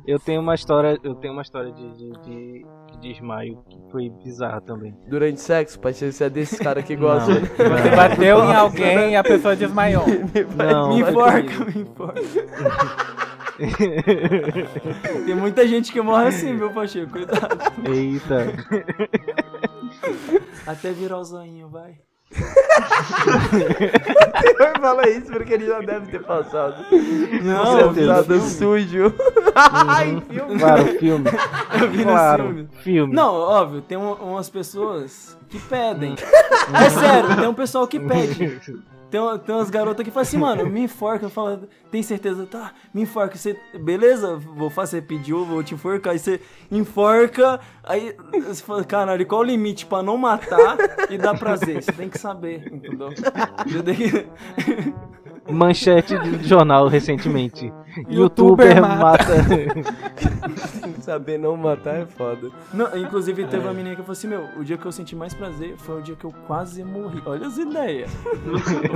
Speaker 2: Eu tenho uma história, eu tenho uma história de, de, de, de desmaio que foi bizarra também.
Speaker 5: Durante sexo, parceiro, você é desses caras que gostam. né?
Speaker 1: Você bateu em alguém e a pessoa desmaiou.
Speaker 2: Não,
Speaker 4: me
Speaker 2: foi
Speaker 4: enforca,
Speaker 2: comigo.
Speaker 4: me enforca. Tem muita gente que morre assim, meu Pacheco. Cuidado.
Speaker 2: Eita.
Speaker 4: Até virar o zoinho, vai.
Speaker 5: Vai falar isso porque ele já deve ter passado.
Speaker 4: Não,
Speaker 5: Você é nada sujo.
Speaker 2: Uhum.
Speaker 5: Ai, filme.
Speaker 2: Claro, filme.
Speaker 4: assim,
Speaker 2: claro, filme.
Speaker 4: Não, óbvio, tem um- umas pessoas que pedem. É sério, tem um pessoal que pede. Tem, uma- tem umas garotas que falam assim, mano, me enforca. Eu falo, tem certeza? Tá, me enforca. Você, beleza, vou fazer, você pediu, vou te enforcar. Aí você enforca, aí você fala, caralho, qual o limite pra não matar e dar prazer? Você tem que saber, entendeu? Eu tenho que-
Speaker 2: Manchete de jornal recentemente.
Speaker 1: Youtuber
Speaker 2: Youtuber
Speaker 1: mata.
Speaker 2: mata.
Speaker 5: Saber não matar é foda.
Speaker 4: Não, inclusive teve
Speaker 3: É.
Speaker 4: uma menina que falou assim, meu, o dia que eu senti mais prazer foi o dia que eu quase morri. Olha as ideias.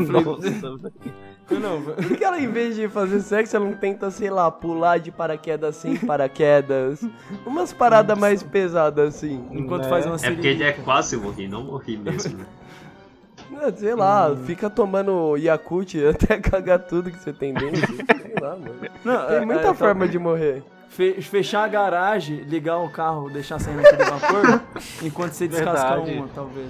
Speaker 2: Nossa,
Speaker 4: Eu não, velho.
Speaker 5: Por que ela, em vez de fazer sexo, ela não tenta, sei lá, pular de paraquedas sem paraquedas? Umas paradas mais pesadas assim.
Speaker 4: enquanto
Speaker 2: Né?
Speaker 4: faz uma
Speaker 3: É porque
Speaker 4: série.
Speaker 3: é quase morri, não morri mesmo. né?
Speaker 5: Ah, Sei lá,
Speaker 2: Hum.
Speaker 5: fica tomando Yakut até cagar tudo que você tem dentro. sei lá, mano. então
Speaker 4: Não,
Speaker 5: Tem
Speaker 4: é-
Speaker 5: muita
Speaker 4: é, tá-
Speaker 5: forma de morrer.
Speaker 4: Fe- Fechar a garagem, ligar o carro, deixar saindo aquele vapor, enquanto você descascar
Speaker 2: Verdade.
Speaker 4: uma, talvez.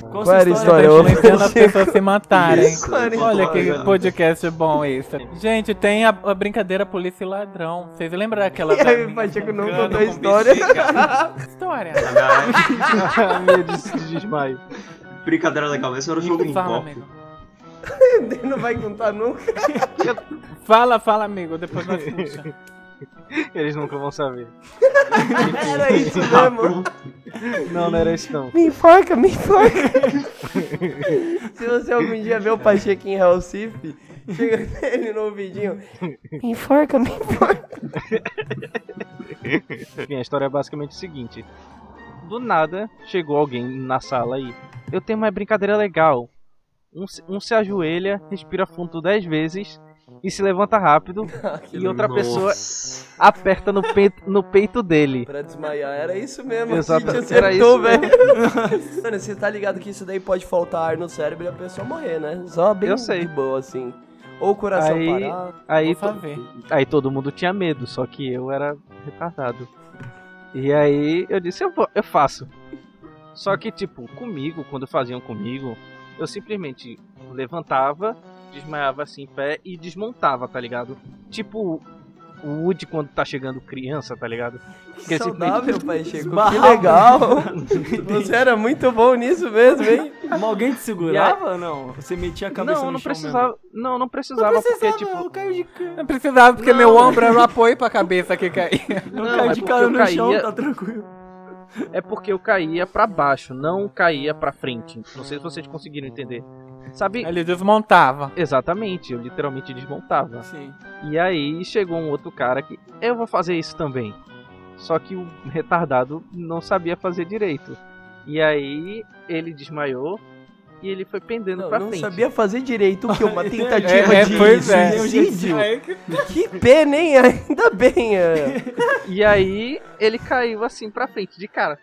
Speaker 4: Qual,
Speaker 5: Qual era a história? Eu-
Speaker 1: Tá Influenciando as pessoas se matarem.
Speaker 3: Isso.
Speaker 1: Olha
Speaker 3: Olha.
Speaker 1: que podcast bom esse. Gente, tem a, a brincadeira polícia e ladrão. Vocês lembram daquela
Speaker 5: E aí,
Speaker 1: da-
Speaker 5: o Pacheco não
Speaker 7: Cano
Speaker 5: contou a
Speaker 7: com
Speaker 5: história.
Speaker 7: bexiga.
Speaker 1: história?
Speaker 2: a minha de, de desmaio.
Speaker 3: Brincadeira da cabeça era o jogo em
Speaker 1: Fala,
Speaker 3: copo.
Speaker 1: amigo.
Speaker 5: não vai contar nunca.
Speaker 1: Fala, fala, amigo. Depois nós puxa.
Speaker 2: Eles nunca vão saber.
Speaker 5: Era isso mesmo.
Speaker 2: Não, não era isso não.
Speaker 6: Me enforca, me enforca.
Speaker 5: Se você algum dia vê o Pacheco em Recife, chega nele no ouvidinho.
Speaker 6: Me enforca, me enforca.
Speaker 2: Enfim, a história é basicamente o seguinte. Do nada, chegou alguém na sala aí. Eu tenho uma brincadeira legal. Um, se- um se ajoelha, respira fundo 10 vezes e se levanta rápido. e outra pessoa
Speaker 3: Nossa.
Speaker 2: aperta no peito, no peito dele.
Speaker 5: Pra desmaiar, era isso mesmo.
Speaker 2: Exato,
Speaker 5: a gente
Speaker 2: era
Speaker 5: acertou,
Speaker 2: isso
Speaker 5: velho. Mano, você tá ligado que isso daí pode faltar ar no cérebro e a pessoa morrer, né? Só bem
Speaker 2: Eu sei.
Speaker 5: de boa, assim. Ou o coração
Speaker 2: Aí-
Speaker 5: parar.
Speaker 2: Aí,
Speaker 1: Vou fazer.
Speaker 2: aí todo mundo tinha medo, só que eu era retardado. E aí eu disse, eu, vou, eu faço. Só que, tipo, comigo, quando faziam comigo, eu simplesmente levantava, desmaiava assim em pé e desmontava, tá ligado? Tipo o Woody quando tá chegando criança, tá ligado?
Speaker 5: Que
Speaker 2: simplesmente-
Speaker 5: saudável, pai, Chico. Que
Speaker 4: Esbarrava.
Speaker 5: legal. você era muito bom nisso mesmo, hein?
Speaker 4: Mas alguém te segurava ou não? Você metia a cabeça
Speaker 2: Não,
Speaker 4: no
Speaker 2: não
Speaker 4: chão mesmo?
Speaker 2: precisava, não, não precisava, porque, tipo,
Speaker 4: eu caio de cara.
Speaker 1: Não precisava, porque meu ombro era o apoio pra cabeça que caía.
Speaker 4: Eu
Speaker 2: Não,
Speaker 4: caio
Speaker 2: é
Speaker 4: de
Speaker 2: porque
Speaker 4: cara
Speaker 2: eu
Speaker 4: no chão,
Speaker 2: caía-
Speaker 4: tá tranquilo.
Speaker 2: é porque eu caía pra baixo, não caía pra frente. Não sei se vocês conseguiram entender. Sabe?
Speaker 1: Ele desmontava.
Speaker 2: Exatamente, eu literalmente desmontava.
Speaker 4: Sim.
Speaker 2: E aí chegou um outro cara que eu vou fazer isso também. Só que o retardado não sabia fazer direito. E aí ele desmaiou e ele foi pendendo
Speaker 5: Não,
Speaker 2: pra
Speaker 5: não
Speaker 2: frente.
Speaker 5: sabia fazer direito o que? Uma tentativa
Speaker 1: É, é,
Speaker 5: de
Speaker 1: pois é.
Speaker 5: suicídio? Que pena, hein? Ainda bem. É.
Speaker 2: E aí ele caiu assim pra frente de cara.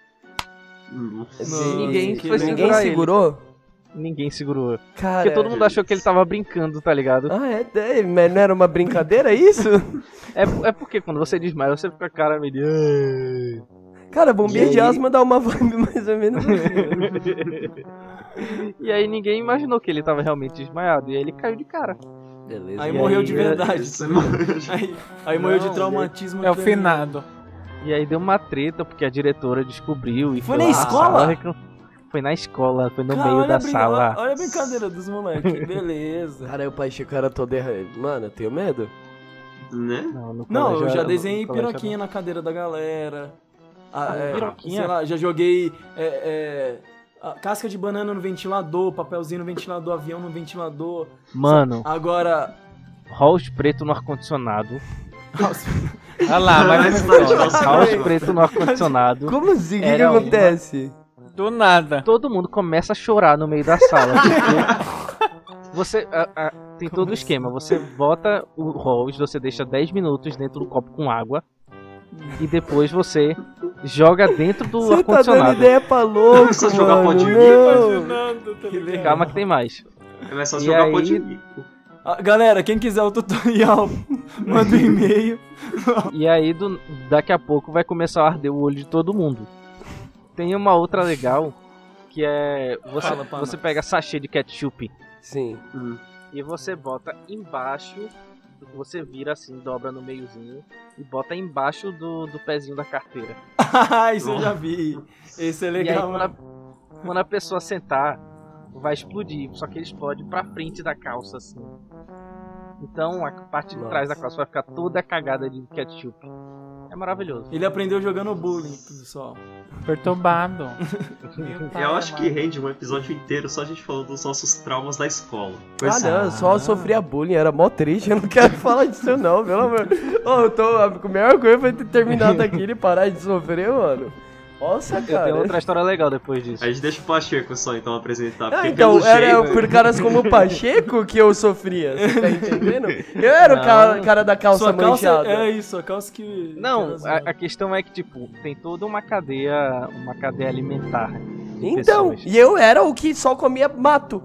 Speaker 2: Ninguém
Speaker 5: Que
Speaker 2: foi
Speaker 5: legal. Ninguém
Speaker 2: segurar ele.
Speaker 5: segurou?
Speaker 2: Ninguém segurou.
Speaker 5: Cara, é
Speaker 2: Porque todo mundo achou que ele tava brincando, tá ligado?
Speaker 5: Ah, é, é, mas não era uma brincadeira isso?
Speaker 2: É, é porque quando você desmaia, você fica com a cara meio. de, "Ah." "Ai".
Speaker 5: Cara, bombinha
Speaker 2: E
Speaker 5: de
Speaker 2: aí-
Speaker 5: asma dá uma vibe mais ou menos assim. né?
Speaker 2: E aí ninguém imaginou que ele tava realmente desmaiado. E aí ele caiu de cara.
Speaker 5: Beleza.
Speaker 4: Aí
Speaker 2: E
Speaker 4: morreu
Speaker 2: aí,
Speaker 4: de
Speaker 2: é-
Speaker 4: verdade.
Speaker 3: Isso é maravilhoso.
Speaker 4: Aí, aí morreu de
Speaker 2: Não,
Speaker 4: traumatismo.
Speaker 1: É o
Speaker 4: craniano.
Speaker 1: finado.
Speaker 2: E aí deu uma treta porque a diretora descobriu e "Ah, foi,
Speaker 4: Foi na
Speaker 2: lá
Speaker 4: escola?
Speaker 2: sala reclam- Foi na escola, foi no
Speaker 4: Cara,
Speaker 2: meio
Speaker 4: olha
Speaker 2: da
Speaker 4: a brin-
Speaker 2: sala.
Speaker 4: Olha a brincadeira dos moleques, beleza.
Speaker 5: Cara, eu paixei o cara todo errado. Mano, eu tenho medo.
Speaker 3: Né?
Speaker 2: Não, no
Speaker 4: Não,
Speaker 2: colégio
Speaker 4: eu já
Speaker 2: era-
Speaker 4: desenhei
Speaker 2: no colégio era-
Speaker 4: piroquinha na cadeira da galera. Ah, é,
Speaker 2: piroquinha?
Speaker 4: Sei lá, já joguei é, é, a casca de banana no ventilador, papelzinho no ventilador, avião no ventilador.
Speaker 2: Mano,
Speaker 4: Agora.
Speaker 2: house preto no ar-condicionado.
Speaker 4: Nossa,
Speaker 1: Olha lá, mas
Speaker 3: Mas pode dar um
Speaker 2: House
Speaker 3: salve.
Speaker 2: preto no ar-condicionado.
Speaker 5: Como assim? O que, que
Speaker 2: Era uma-
Speaker 5: acontece?
Speaker 1: do nada.
Speaker 2: Todo mundo começa a chorar no meio da sala. porque Você. a- a- tem todo o esquema. Você bota o house, você deixa 10 minutos dentro do copo com água. E depois você joga dentro do
Speaker 5: Você tá dando
Speaker 2: ar-condicionado.
Speaker 5: ideia pra louco,
Speaker 3: Só jogar
Speaker 5: mano.
Speaker 3: pó de
Speaker 5: Não.
Speaker 4: que legal.
Speaker 2: Calma que tem mais.
Speaker 3: Começa a
Speaker 2: E
Speaker 3: jogar
Speaker 2: aí-
Speaker 3: pó de bico.
Speaker 4: Ah, galera, quem quiser o tutorial, manda um e-mail.
Speaker 2: E aí, do- daqui a pouco, vai começar a arder o olho de todo mundo. Tem uma outra legal, que é... Você,
Speaker 4: Fala pra
Speaker 2: você
Speaker 4: nós.
Speaker 2: pega sachê de ketchup
Speaker 5: Sim.
Speaker 3: Hum.
Speaker 2: e você bota embaixo... Você vira assim, dobra no meiozinho e bota embaixo do, do pezinho da carteira.
Speaker 4: Isso eu já vi. Esse é
Speaker 2: e aí,
Speaker 4: legal,
Speaker 2: quando
Speaker 4: mano.
Speaker 2: a, quando a pessoa sentar, vai explodir. Só que ele explode pra frente da calça, assim. Então a parte de trás da calça vai ficar toda cagada de ketchup. É maravilhoso.
Speaker 4: Ele aprendeu jogando bullying, pessoal.
Speaker 1: Perturbado.
Speaker 2: tá,
Speaker 3: Eu acho que rende um episódio inteiro só a gente falando dos nossos traumas da escola.
Speaker 5: Ah, não, eu só sofria bullying, era mó triste, eu não quero falar disso não, pelo amor. Ô, eu tô, a melhor coisa foi ter terminado aquilo e parar de sofrer, mano. Nossa,
Speaker 2: Eu
Speaker 5: cara.
Speaker 2: tenho outra história legal depois disso.
Speaker 3: A gente deixa o Pacheco só então apresentar.
Speaker 5: Ah,
Speaker 3: porque
Speaker 5: então,
Speaker 3: pelo
Speaker 5: era
Speaker 3: jeito-
Speaker 5: por caras como o Pacheco que eu sofria, você tá entendendo? Eu era o cara, cara da calça
Speaker 4: sua calça
Speaker 5: manchada.
Speaker 4: é isso, a calça que
Speaker 2: Não,
Speaker 4: que
Speaker 2: a,
Speaker 4: era
Speaker 2: a questão é que, tipo, tem toda uma cadeia. Uma cadeia alimentar. de
Speaker 5: Então,
Speaker 2: pessoas.
Speaker 5: e eu era o que só comia mato.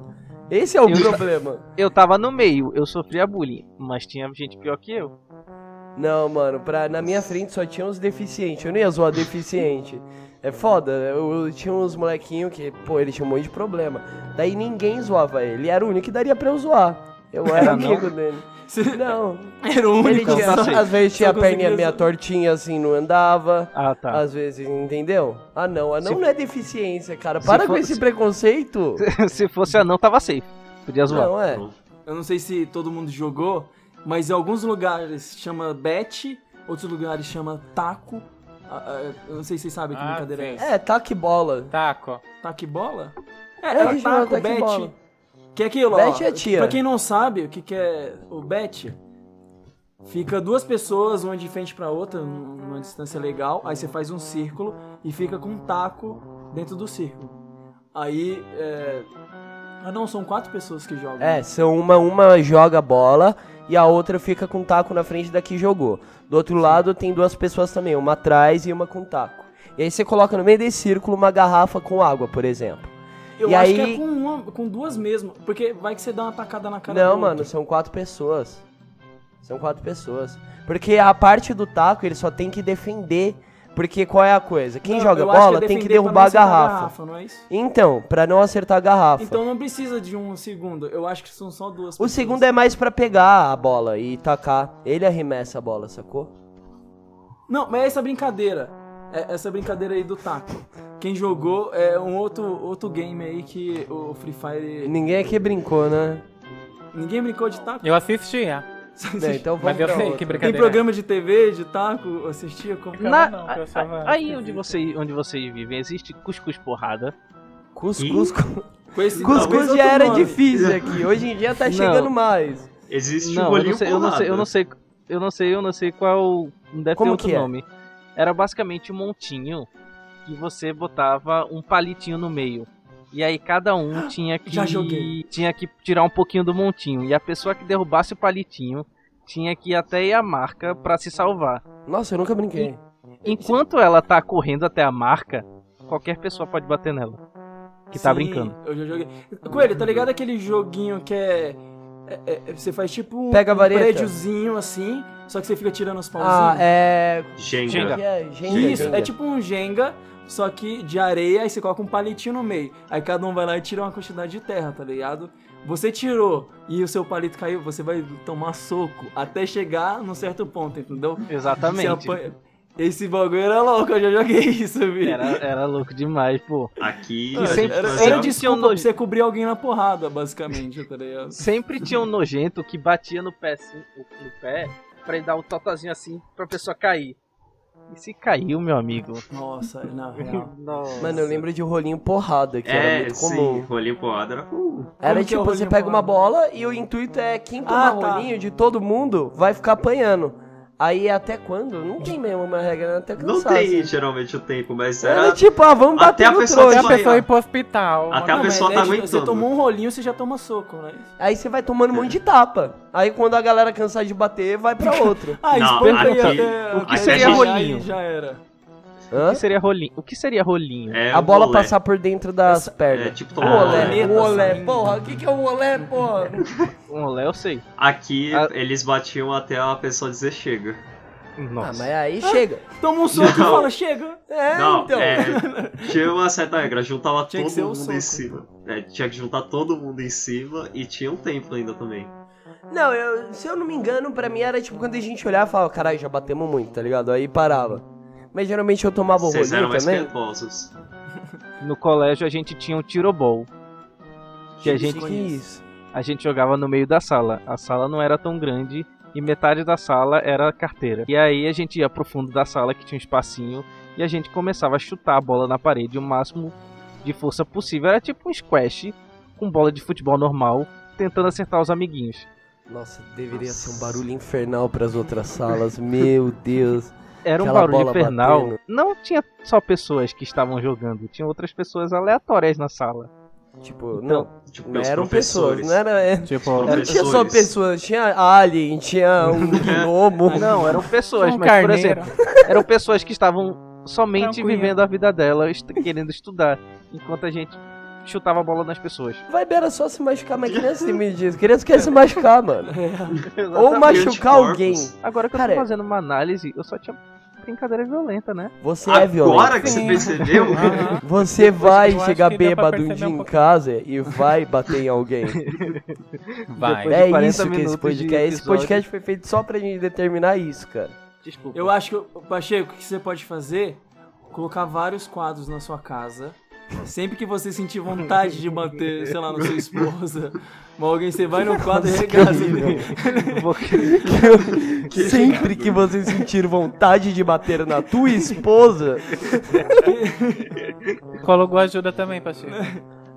Speaker 5: Esse é o
Speaker 2: Eu-
Speaker 5: problema.
Speaker 2: Eu tava no meio, eu sofria bullying, mas tinha gente pior que eu.
Speaker 5: Não, mano, pra, na minha frente só tinha uns deficientes. Eu não ia zoar deficiente. É foda, eu, eu tinha uns molequinhos que, pô, ele tinha um monte de problema. Daí ninguém zoava ele, era o único que daria pra eu zoar. Eu era
Speaker 2: Era
Speaker 5: amigo dele.
Speaker 4: Você-
Speaker 5: Não,
Speaker 4: Era o
Speaker 5: ele
Speaker 4: único.
Speaker 5: tinha,
Speaker 2: tá certo.
Speaker 5: às vezes tinha a
Speaker 4: conseguia
Speaker 5: perninha meia
Speaker 4: zoar.
Speaker 5: tortinha assim, não andava.
Speaker 2: Ah, tá.
Speaker 5: Às vezes, entendeu? Ah, não, ah, não,
Speaker 2: Se-
Speaker 5: não é deficiência, cara.
Speaker 2: Se
Speaker 5: Para com
Speaker 2: for-
Speaker 5: esse
Speaker 2: se-
Speaker 5: preconceito.
Speaker 2: Se fosse anão, tava safe. Podia zoar.
Speaker 5: Não, é.
Speaker 4: Eu não sei se todo mundo jogou, mas em alguns lugares chama bet, outros lugares chama taco. Ah, ah, Eu não sei se vocês sabem que
Speaker 1: Ah,
Speaker 4: brincadeira é
Speaker 1: sim.
Speaker 4: essa.
Speaker 5: É, taque bola.
Speaker 1: Taco.
Speaker 4: Taque bola?
Speaker 5: É,
Speaker 4: É,
Speaker 5: a
Speaker 4: é
Speaker 5: gente joga
Speaker 4: taco,
Speaker 5: taque bola.
Speaker 4: bet. Que é aquilo, ó.
Speaker 5: Bet é tia.
Speaker 4: Pra quem não sabe o que, que é o bet, fica duas pessoas, uma de frente pra outra, num- numa distância legal, aí você faz um círculo e fica com um taco dentro do círculo. Aí, é... Ah, não, são quatro pessoas que jogam.
Speaker 5: É, são uma, uma joga bola e a outra fica com o taco na frente da que jogou. Do outro lado tem duas pessoas também, uma atrás e uma com taco. E aí você coloca no meio desse círculo uma garrafa com água, por exemplo.
Speaker 4: Eu
Speaker 5: E
Speaker 4: acho
Speaker 5: aí-
Speaker 4: que é com, uma, com duas mesmo, porque vai que você dá uma tacada na cara
Speaker 5: Não,
Speaker 4: do
Speaker 5: mano,
Speaker 4: outro.
Speaker 5: são quatro pessoas. São quatro pessoas. Porque a parte do taco ele só tem que defender. Porque qual é a coisa? Quem
Speaker 4: Não,
Speaker 5: joga
Speaker 4: eu acho
Speaker 5: bola
Speaker 4: é
Speaker 5: tem que
Speaker 4: defender pra
Speaker 5: derrubar
Speaker 4: não
Speaker 5: a
Speaker 4: acertar
Speaker 5: garrafa.
Speaker 4: não é isso?
Speaker 5: Então, pra não acertar a garrafa.
Speaker 4: Então não precisa de um segundo, eu acho que são só duas
Speaker 5: o
Speaker 4: pessoas.
Speaker 5: segundo é mais pra pegar a bola e tacar. Ele arremessa a bola, sacou?
Speaker 4: Não, mas é essa brincadeira. É essa brincadeira aí do taco. Quem jogou é um outro, outro game aí que o Free Fire.
Speaker 5: Ninguém aqui brincou, né?
Speaker 4: Ninguém brincou de taco?
Speaker 1: Eu assistia.
Speaker 5: Não, então vamos
Speaker 1: Mas eu
Speaker 5: pra
Speaker 1: sei
Speaker 5: outra.
Speaker 1: que
Speaker 4: Tem
Speaker 1: brincadeira.
Speaker 4: programa de TV, de taco, assistia como.
Speaker 1: Ficava não,
Speaker 2: Na-
Speaker 1: que eu achava
Speaker 2: a- aí
Speaker 1: esquisito.
Speaker 2: onde, você, onde vocês vivem, existe cuscuz porrada.
Speaker 5: Cuscuz,
Speaker 4: Com esse talvez
Speaker 5: cuscuz
Speaker 4: outro
Speaker 5: já era
Speaker 4: nome.
Speaker 5: difícil aqui. Hoje em dia tá
Speaker 2: Não.
Speaker 5: chegando mais.
Speaker 3: Existe
Speaker 2: Não,
Speaker 3: um
Speaker 2: eu
Speaker 3: bolinho
Speaker 2: não, sei, eu não sei, eu não
Speaker 3: porrada.
Speaker 2: sei, eu não sei, eu não sei qual. Não deve ter
Speaker 5: Como
Speaker 2: outro
Speaker 5: que é?
Speaker 2: nome. Era basicamente um montinho que você botava um palitinho no meio. E aí cada um tinha que
Speaker 4: Já joguei.
Speaker 2: tinha que tirar um pouquinho do montinho e a pessoa que derrubasse o palitinho tinha que ir até ir à marca pra se salvar.
Speaker 5: Nossa, eu nunca brinquei.
Speaker 2: Enquanto ela tá correndo até a marca, qualquer pessoa pode bater nela. Que tá
Speaker 4: Sim,
Speaker 2: brincando.
Speaker 4: Eu já joguei. Coelho, tá ligado aquele joguinho que é. é- é- você faz tipo um,
Speaker 5: Pega a
Speaker 4: um
Speaker 5: vareta.
Speaker 4: prédiozinho assim, só que você fica tirando os pauzinhos.
Speaker 5: Ah, é.
Speaker 3: Jenga.
Speaker 2: Jenga.
Speaker 5: que é? Jenga,
Speaker 4: Isso,
Speaker 5: Jenga.
Speaker 4: é tipo um Jenga, só que de areia, aí você coloca um palitinho no meio. Aí cada um vai lá e tira uma quantidade de terra, tá ligado? Você tirou e o seu palito caiu, você vai tomar soco até chegar num certo ponto, entendeu? Você
Speaker 2: Exatamente.
Speaker 4: apanha- Esse bagulho era louco, eu já joguei isso, viu?
Speaker 2: Era, era louco demais, pô.
Speaker 3: Aqui
Speaker 2: E
Speaker 3: a
Speaker 2: sempre-
Speaker 3: gente
Speaker 4: Era,
Speaker 3: fazia- um-
Speaker 4: era
Speaker 5: um
Speaker 2: de-
Speaker 4: desculpa pra você cobrir alguém na porrada, basicamente, tá ligado?
Speaker 2: Sempre tinha um nojento que batia no pé, assim, no pé pra ele dar um totazinho assim pra pessoa cair. E se caiu, meu amigo?
Speaker 4: Nossa, na real.
Speaker 2: Nossa.
Speaker 5: Mano, eu lembro de rolinho porrada, que era
Speaker 3: É,
Speaker 5: muito
Speaker 3: sim,
Speaker 5: comum.
Speaker 3: rolinho porrada era comum.
Speaker 5: Era
Speaker 4: Como que é
Speaker 5: tipo,
Speaker 4: o
Speaker 5: você
Speaker 4: rolinho
Speaker 5: pega uma
Speaker 4: porrada?
Speaker 5: bola e o intuito é quem tomar
Speaker 4: Ah, tá.
Speaker 5: rolinho de todo mundo vai ficar apanhando. Aí até quando? Não tem mesmo uma regra, né? até
Speaker 3: Não
Speaker 5: cansar.
Speaker 3: tem
Speaker 5: assim.
Speaker 3: geralmente o tempo, mas
Speaker 5: Era
Speaker 3: era.
Speaker 5: tipo, ah, vamos
Speaker 3: Até
Speaker 5: bater
Speaker 3: a
Speaker 5: no
Speaker 3: pessoa
Speaker 5: trouxa.
Speaker 1: Até a
Speaker 3: Olha,
Speaker 1: pessoa ir pro hospital. Um
Speaker 3: até a
Speaker 1: mano.
Speaker 4: mas
Speaker 3: pessoa
Speaker 5: né?
Speaker 4: é
Speaker 3: tá
Speaker 5: Tipo,
Speaker 4: de- Você
Speaker 3: aguentando.
Speaker 4: tomou um rolinho, você já toma soco, né?
Speaker 5: Aí você vai tomando um monte de tapa. Aí quando a galera cansar de bater, vai pra outro.
Speaker 4: Ah,
Speaker 3: Não,
Speaker 4: espanca aí
Speaker 3: aqui-
Speaker 4: até...
Speaker 3: o que
Speaker 4: até
Speaker 3: seria
Speaker 4: chegar
Speaker 2: rolinho?
Speaker 4: e Já era.
Speaker 2: O
Speaker 5: Hã?
Speaker 2: que seria rolinho? O que seria rolinho?
Speaker 3: É,
Speaker 5: um, a
Speaker 3: o
Speaker 5: bola
Speaker 3: rolê.
Speaker 5: passar por dentro das pernas.
Speaker 3: É tipo
Speaker 5: O
Speaker 3: tomar um rolê.
Speaker 5: olé,
Speaker 4: Planeta,
Speaker 5: o olé,
Speaker 4: sabe?
Speaker 5: porra, o que que é o olé, porra?
Speaker 2: Um olé, eu sei.
Speaker 3: Aqui
Speaker 2: Ah.
Speaker 3: eles batiam até a pessoa dizer chega.
Speaker 5: Ah, mas
Speaker 2: Nossa.
Speaker 5: aí chega.
Speaker 4: Toma um soco e
Speaker 3: Não.
Speaker 4: fala, chega.
Speaker 5: É,
Speaker 3: Não,
Speaker 5: então.
Speaker 3: é, tinha uma certa regra, juntava
Speaker 4: Tinha que
Speaker 3: todo
Speaker 4: ser um
Speaker 3: mundo
Speaker 4: soco.
Speaker 3: em cima.
Speaker 5: então.
Speaker 3: É, tinha que juntar todo mundo em cima e tinha um tempo ainda também.
Speaker 5: Não, eu- se eu não me engano, pra mim era tipo quando a gente olhava e falava, caralho, já batemos muito, tá ligado? Aí parava. Mas geralmente eu tomava o
Speaker 3: Vocês eram
Speaker 5: rolinho
Speaker 3: mais
Speaker 5: também.
Speaker 3: piedosos.
Speaker 2: No colégio a gente tinha um tirobol. Que a gente,
Speaker 5: Que isso?
Speaker 2: a gente jogava no meio da sala. A sala não era tão grande e metade da sala era carteira. E aí a gente ia pro fundo da sala que tinha um espacinho e a gente começava a chutar a bola na parede o máximo de força possível. Era tipo um squash com bola de futebol normal, tentando acertar os amiguinhos.
Speaker 5: Nossa, deveria ser um barulho infernal pras outras salas. Meu Deus.
Speaker 2: Era um
Speaker 5: Aquela
Speaker 2: barulho
Speaker 5: bola
Speaker 2: infernal.
Speaker 5: batendo.
Speaker 2: Não tinha só pessoas que estavam jogando, tinha outras pessoas aleatórias na sala.
Speaker 5: Tipo, não,
Speaker 3: Tipo,
Speaker 5: não
Speaker 3: os
Speaker 5: eram pessoas,
Speaker 3: professores.
Speaker 5: não era. é,
Speaker 1: Tipo,
Speaker 5: Não tinha só
Speaker 3: Professores.
Speaker 5: pessoas, tinha alien, tinha um gnomo.
Speaker 2: Não, eram pessoas,
Speaker 1: um
Speaker 2: mas por exemplo,
Speaker 1: carneiro.
Speaker 2: eram pessoas que estavam somente
Speaker 1: Tranquilo.
Speaker 2: vivendo a vida dela, est- querendo estudar, enquanto a gente chutava a bola nas pessoas.
Speaker 5: Vai era só se machucar, mas criança se me diz. Criança quer se machucar, mano. Ou machucar
Speaker 3: Anticorpos.
Speaker 5: alguém.
Speaker 2: Agora que eu
Speaker 5: Cara,
Speaker 4: é
Speaker 2: tô fazendo uma análise, eu só tinha brincadeira violenta, né?
Speaker 5: Você é
Speaker 3: Agora
Speaker 5: violento.
Speaker 3: que você
Speaker 1: Sim.
Speaker 3: percebeu?
Speaker 1: Aham.
Speaker 5: Você vai
Speaker 1: acho
Speaker 5: chegar
Speaker 1: que deu pra
Speaker 5: bêbado um
Speaker 1: perceber
Speaker 5: dia
Speaker 1: um
Speaker 5: em
Speaker 1: pouco.
Speaker 5: casa e vai bater em alguém.
Speaker 1: Vai.
Speaker 2: Depois- de
Speaker 5: é
Speaker 2: 40
Speaker 5: isso que
Speaker 2: minutos
Speaker 5: esse
Speaker 2: de
Speaker 5: podcast. Esse
Speaker 2: episódio.
Speaker 5: podcast foi feito só pra gente determinar isso, cara.
Speaker 2: Desculpa.
Speaker 4: Eu acho que, Pacheco, o que você pode fazer? Colocar vários quadros na sua casa. Sempre que você sentir vontade de manter, sei lá, na sua esposa, ou alguém, você vai no quadro e regaça dele.
Speaker 2: Vou-
Speaker 5: Sempre que você sentir vontade de bater na tua esposa.
Speaker 1: Colocou ajuda também, Pacheco.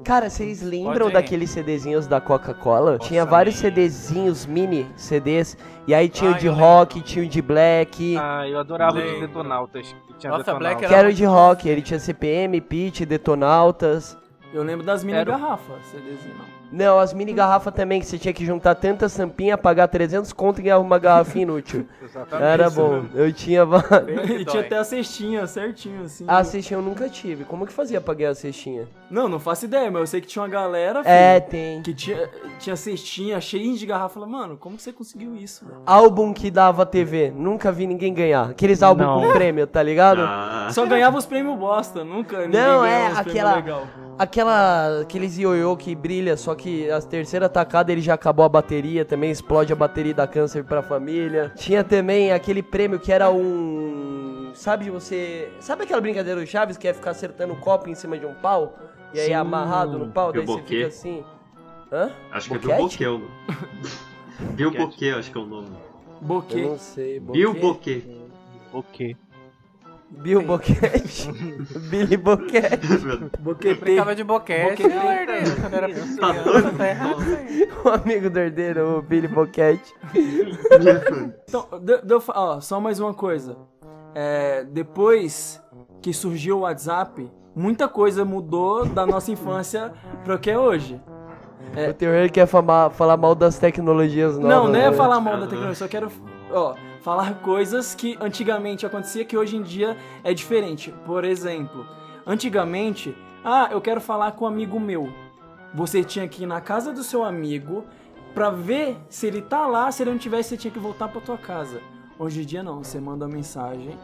Speaker 5: Cara, vocês lembram
Speaker 1: Pode ir.
Speaker 5: daqueles CDzinhos da Coca-Cola?
Speaker 1: Nossa,
Speaker 5: Tinha vários
Speaker 1: man.
Speaker 5: CDzinhos, mini CDs. E aí tinha
Speaker 1: Ah,
Speaker 5: o de
Speaker 1: eu
Speaker 5: rock, tinha o de black.
Speaker 2: Ah, eu adorava os
Speaker 1: Lembro.
Speaker 2: detonautas. que Tinha
Speaker 1: Nossa,
Speaker 2: detonautas.
Speaker 1: Black
Speaker 5: Que era o de rock, ele tinha CPM, Pit, Detonautas.
Speaker 4: Eu lembro das mini
Speaker 2: Era o-
Speaker 4: garrafas, CDzinho, não.
Speaker 5: Não, as mini garrafas também, que você tinha que juntar tantas tampinhas, pagar 300 conto e ganhar uma garrafinha inútil.
Speaker 2: Exatamente. né?
Speaker 5: era bom. Eu tinha. va-
Speaker 4: E tinha até a cestinha, certinho, assim.
Speaker 2: Ah,
Speaker 5: A cestinha eu nunca tive. Como que fazia pra ganhar a cestinha?
Speaker 4: Não, não faço ideia, mas eu sei que tinha uma galera,
Speaker 5: É,
Speaker 4: filho,
Speaker 5: tem.
Speaker 4: que tinha, tinha cestinha cheia de garrafa. Eu falei, mano, como que você conseguiu isso, mano?
Speaker 5: Álbum que dava TV. Nunca vi ninguém ganhar. Aqueles álbuns
Speaker 2: Não.
Speaker 5: com prêmio, tá ligado?
Speaker 3: Ah,
Speaker 4: Só ganhava os prêmios bosta, nunca ninguém
Speaker 5: Não, é,
Speaker 4: ganhava os prêmios
Speaker 5: aquela-
Speaker 4: legal.
Speaker 5: Aquela, aqueles ioiô que brilha, só que a terceira tacada ele já acabou a bateria, também explode a bateria e dá câncer pra família. Tinha também aquele prêmio que era um. Sabe você. Sabe aquela brincadeira do Chaves que é ficar acertando um copo em cima de um pau? E aí
Speaker 2: Sim.
Speaker 5: amarrado no pau, daí você
Speaker 3: Reboquê.
Speaker 5: fica assim. Hã?
Speaker 3: acho que é
Speaker 5: Boquete?
Speaker 3: Bilboqueu. Bilboqueu, acho que é o nome.
Speaker 5: Eu
Speaker 4: Boquê.
Speaker 5: não sei.
Speaker 3: Bilboquê.
Speaker 2: Ok.
Speaker 5: Bill Boquete. Billy Boquete.
Speaker 4: Boquetei.
Speaker 1: Brincava de boquete.
Speaker 4: Boquete.
Speaker 1: Eu herdei isso quando era criança. Tá errado isso aí.
Speaker 5: O amigo do herdeiro, o Billy Boquete.
Speaker 4: Então, de- de eu fa- ó, só mais uma coisa. É, depois que surgiu o WhatsApp, muita coisa mudou da nossa infância pro que é hoje.
Speaker 5: O terror quer fama- falar mal das tecnologias novas.
Speaker 4: É. Não, não é
Speaker 5: né?
Speaker 4: falar mal da tecnologia, só quero ó, falar coisas que antigamente acontecia que hoje em dia é diferente. Por exemplo, antigamente, ah, eu quero falar com um amigo meu. Você tinha que ir na casa do seu amigo pra ver se ele tá lá, se ele não tivesse, você tinha que voltar pra tua casa. Hoje em dia não, você manda uma mensagem.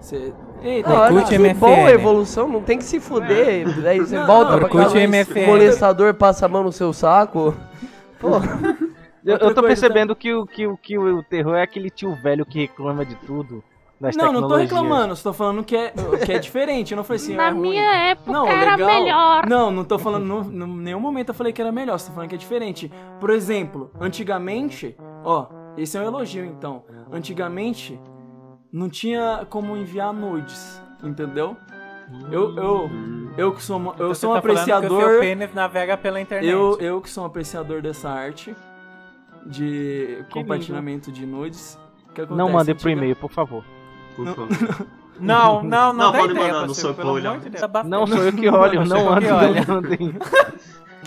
Speaker 4: Você. tá Eita,
Speaker 5: Ah, olha
Speaker 1: Orkut
Speaker 5: que
Speaker 1: MSN.
Speaker 5: boa evolução, não tem que se fuder.
Speaker 1: É.
Speaker 5: Daí você
Speaker 4: Não,
Speaker 5: volta pra
Speaker 4: Orkut
Speaker 5: casa,
Speaker 1: MSN.
Speaker 5: o molestador passa a mão no seu saco. Pô,
Speaker 2: Eu,
Speaker 4: Outra
Speaker 2: eu tô
Speaker 4: coisa
Speaker 2: percebendo que o, que, o, que o terror é aquele tio velho que reclama de tudo. Das
Speaker 4: não, não tô
Speaker 2: tecnologias.
Speaker 4: reclamando, só tô falando que é, que é diferente. Eu não falei assim, é
Speaker 7: Na
Speaker 4: ruim.
Speaker 7: minha época
Speaker 4: Não,
Speaker 7: era
Speaker 4: legal.
Speaker 7: melhor.
Speaker 4: Não, não tô falando. Não, não, em nenhum momento eu falei que era melhor, só tô falando que é diferente. Por exemplo, antigamente, ó, esse é um elogio então. Antigamente, não tinha como enviar nudes, entendeu? Eu, eu, eu que sou, uma- eu
Speaker 1: Então
Speaker 4: sou um
Speaker 1: você tá falando que o
Speaker 4: apreciador.
Speaker 1: seu pênis navega pela internet.
Speaker 4: Eu, eu que sou um apreciador dessa arte de compartilhamento de nudes. O que
Speaker 2: Não
Speaker 4: acontece?
Speaker 2: mandem pro
Speaker 4: Antiga-
Speaker 2: e-mail, por favor.
Speaker 3: Por favor.
Speaker 1: Não, não, não.
Speaker 3: Não,
Speaker 1: dá
Speaker 3: pode
Speaker 1: ideia,
Speaker 3: mandar, não
Speaker 1: Pacheco,
Speaker 3: sou
Speaker 1: pelo
Speaker 3: colha.
Speaker 1: amor de Deus, abaixa.
Speaker 2: Não sou eu que olho, não
Speaker 1: sou eu
Speaker 2: ando,
Speaker 1: Tá que olho.
Speaker 2: não andem.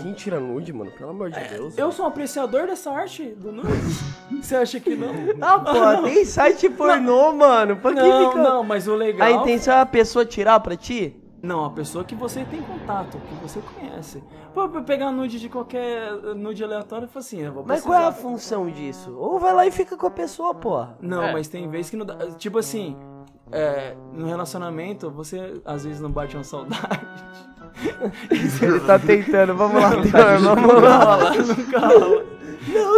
Speaker 5: quem tira nude, mano? Pelo amor de Deus.
Speaker 4: Eu sou um apreciador dessa arte do nudes. Você acha que não?
Speaker 5: Ah, pô, tem site pornô, mano. Pra que
Speaker 4: Não,
Speaker 5: fica-
Speaker 4: não, mas o legal.
Speaker 5: A intenção é a pessoa tirar pra ti?
Speaker 4: Não, a pessoa que você tem contato, que você conhece. Pô, pra pegar nude de qualquer nude aleatório, eu falo assim, eu vou
Speaker 5: Mas
Speaker 4: precisar.
Speaker 5: qual é a função disso? Ou vai lá e fica com a pessoa, porra.
Speaker 4: Não, mas tem vezes que não dá. Tipo assim, é, no relacionamento, você às vezes não bate uma saudade.
Speaker 5: Ele tá tentando, vamos lá, Teor, vamos lá.
Speaker 4: Nunca rola.
Speaker 5: Não,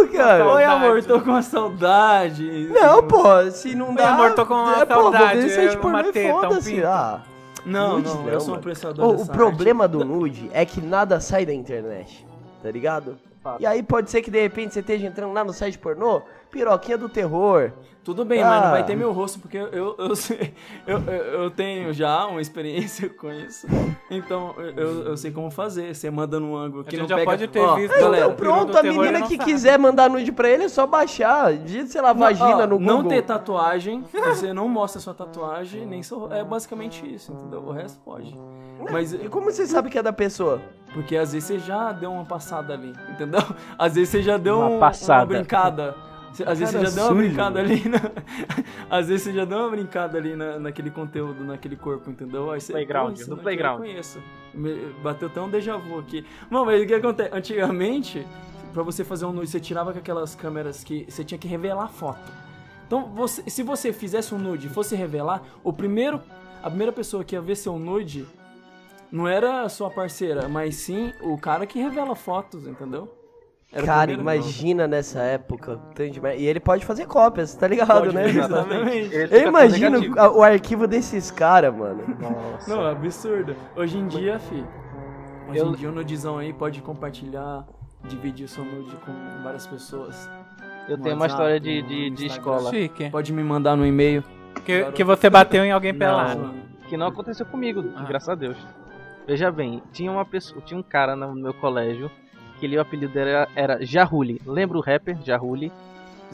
Speaker 4: Oi,
Speaker 1: é
Speaker 5: cara.
Speaker 4: amor, tô com uma saudade.
Speaker 5: Não, pô, se não dá.
Speaker 1: amor, tô com uma
Speaker 5: é, pô, vou ver
Speaker 1: saudade,
Speaker 5: site
Speaker 1: eu
Speaker 5: pornô e
Speaker 1: matei, tá um
Speaker 5: foda-se.
Speaker 1: pinto.
Speaker 5: Ah.
Speaker 4: Não,
Speaker 5: Nudes
Speaker 4: não,
Speaker 5: não,
Speaker 4: eu sou um
Speaker 5: mano.
Speaker 4: apreciador
Speaker 5: Ô,
Speaker 4: dessa
Speaker 5: o problema do nude é que nada sai da internet. tá ligado?
Speaker 2: Fato.
Speaker 5: E aí pode ser que de repente você esteja entrando lá no site pornô, piroquinha do terror.
Speaker 4: Tudo bem, mas não
Speaker 5: Ah.
Speaker 4: vai ter meu rosto, porque eu, eu, eu, sei- eu, eu- eu tenho já uma experiência com isso. Então, eu- eu, eu sei como fazer. Você manda num ângulo que
Speaker 1: gente
Speaker 4: não
Speaker 1: já
Speaker 4: pega...
Speaker 1: pode ter
Speaker 4: Ó,
Speaker 1: visto, Então,
Speaker 4: galera,
Speaker 5: Então,
Speaker 1: o Pirou
Speaker 5: pronto,
Speaker 1: do
Speaker 5: a
Speaker 1: Terror
Speaker 5: menina
Speaker 1: não
Speaker 5: que
Speaker 1: sabe.
Speaker 5: quiser mandar nude pra ele é só baixar, digita, sei lá, vagina
Speaker 4: ó,
Speaker 5: no Google.
Speaker 4: Não ter tatuagem, você não mostra sua tatuagem, nem seu... É basicamente isso, entendeu? O resto pode. Mas
Speaker 5: E como você sabe que é da pessoa?
Speaker 4: Porque às vezes você já deu uma passada ali, entendeu? Às vezes você já deu
Speaker 2: Uma
Speaker 4: um-
Speaker 2: passada.
Speaker 4: brincada. Cê- Às vezes você
Speaker 5: Cara
Speaker 4: já deu uma
Speaker 5: sujo,
Speaker 4: brincada ali. Na... Às vezes você já deu uma brincada ali na- naquele conteúdo, naquele corpo, entendeu? Aí você,
Speaker 2: Playground,
Speaker 4: "Pô, isso
Speaker 2: no
Speaker 4: daqui
Speaker 2: playground."
Speaker 4: Eu conheço. Me- Bateu até um déjà vu aqui. Mano, mas o que acontece? Antigamente, pra você fazer um nude, você tirava com aquelas câmeras que você tinha que revelar a foto. Então, você- se você fizesse um nude e fosse revelar, o primeiro, a primeira pessoa que ia ver seu nude não era a sua parceira, mas sim o cara que revela fotos, entendeu? Era o
Speaker 5: Cara,
Speaker 4: primeiro-
Speaker 5: imagina nessa época. tanto de mer- E ele pode fazer cópias, tá ligado,
Speaker 4: Pode
Speaker 5: né?
Speaker 4: ver, Exatamente.
Speaker 2: Ele
Speaker 5: Eu
Speaker 2: fica
Speaker 5: imagino
Speaker 2: negativo.
Speaker 5: a- o arquivo desses caras, mano.
Speaker 2: Nossa.
Speaker 4: Não, é absurdo. Hoje em dia, fi. Hoje
Speaker 2: Eu-
Speaker 4: em dia o nudizão aí pode compartilhar, dividir seu nude com várias pessoas.
Speaker 2: Eu
Speaker 4: No
Speaker 2: tenho uma
Speaker 4: WhatsApp,
Speaker 2: história de, de,
Speaker 4: no
Speaker 2: de
Speaker 4: Instagram.
Speaker 2: escola
Speaker 1: Chique.
Speaker 4: Pode me mandar no e-mail.
Speaker 1: Que, que você bateu em alguém
Speaker 2: Não.
Speaker 4: Ah,
Speaker 1: pelado.
Speaker 2: que não aconteceu comigo,
Speaker 1: Ah.
Speaker 2: graças a Deus. Veja bem, tinha uma pessoa, tinha um cara no meu colégio que ele, o apelido dele era, era Jaruli. Lembra o rapper Jaruli?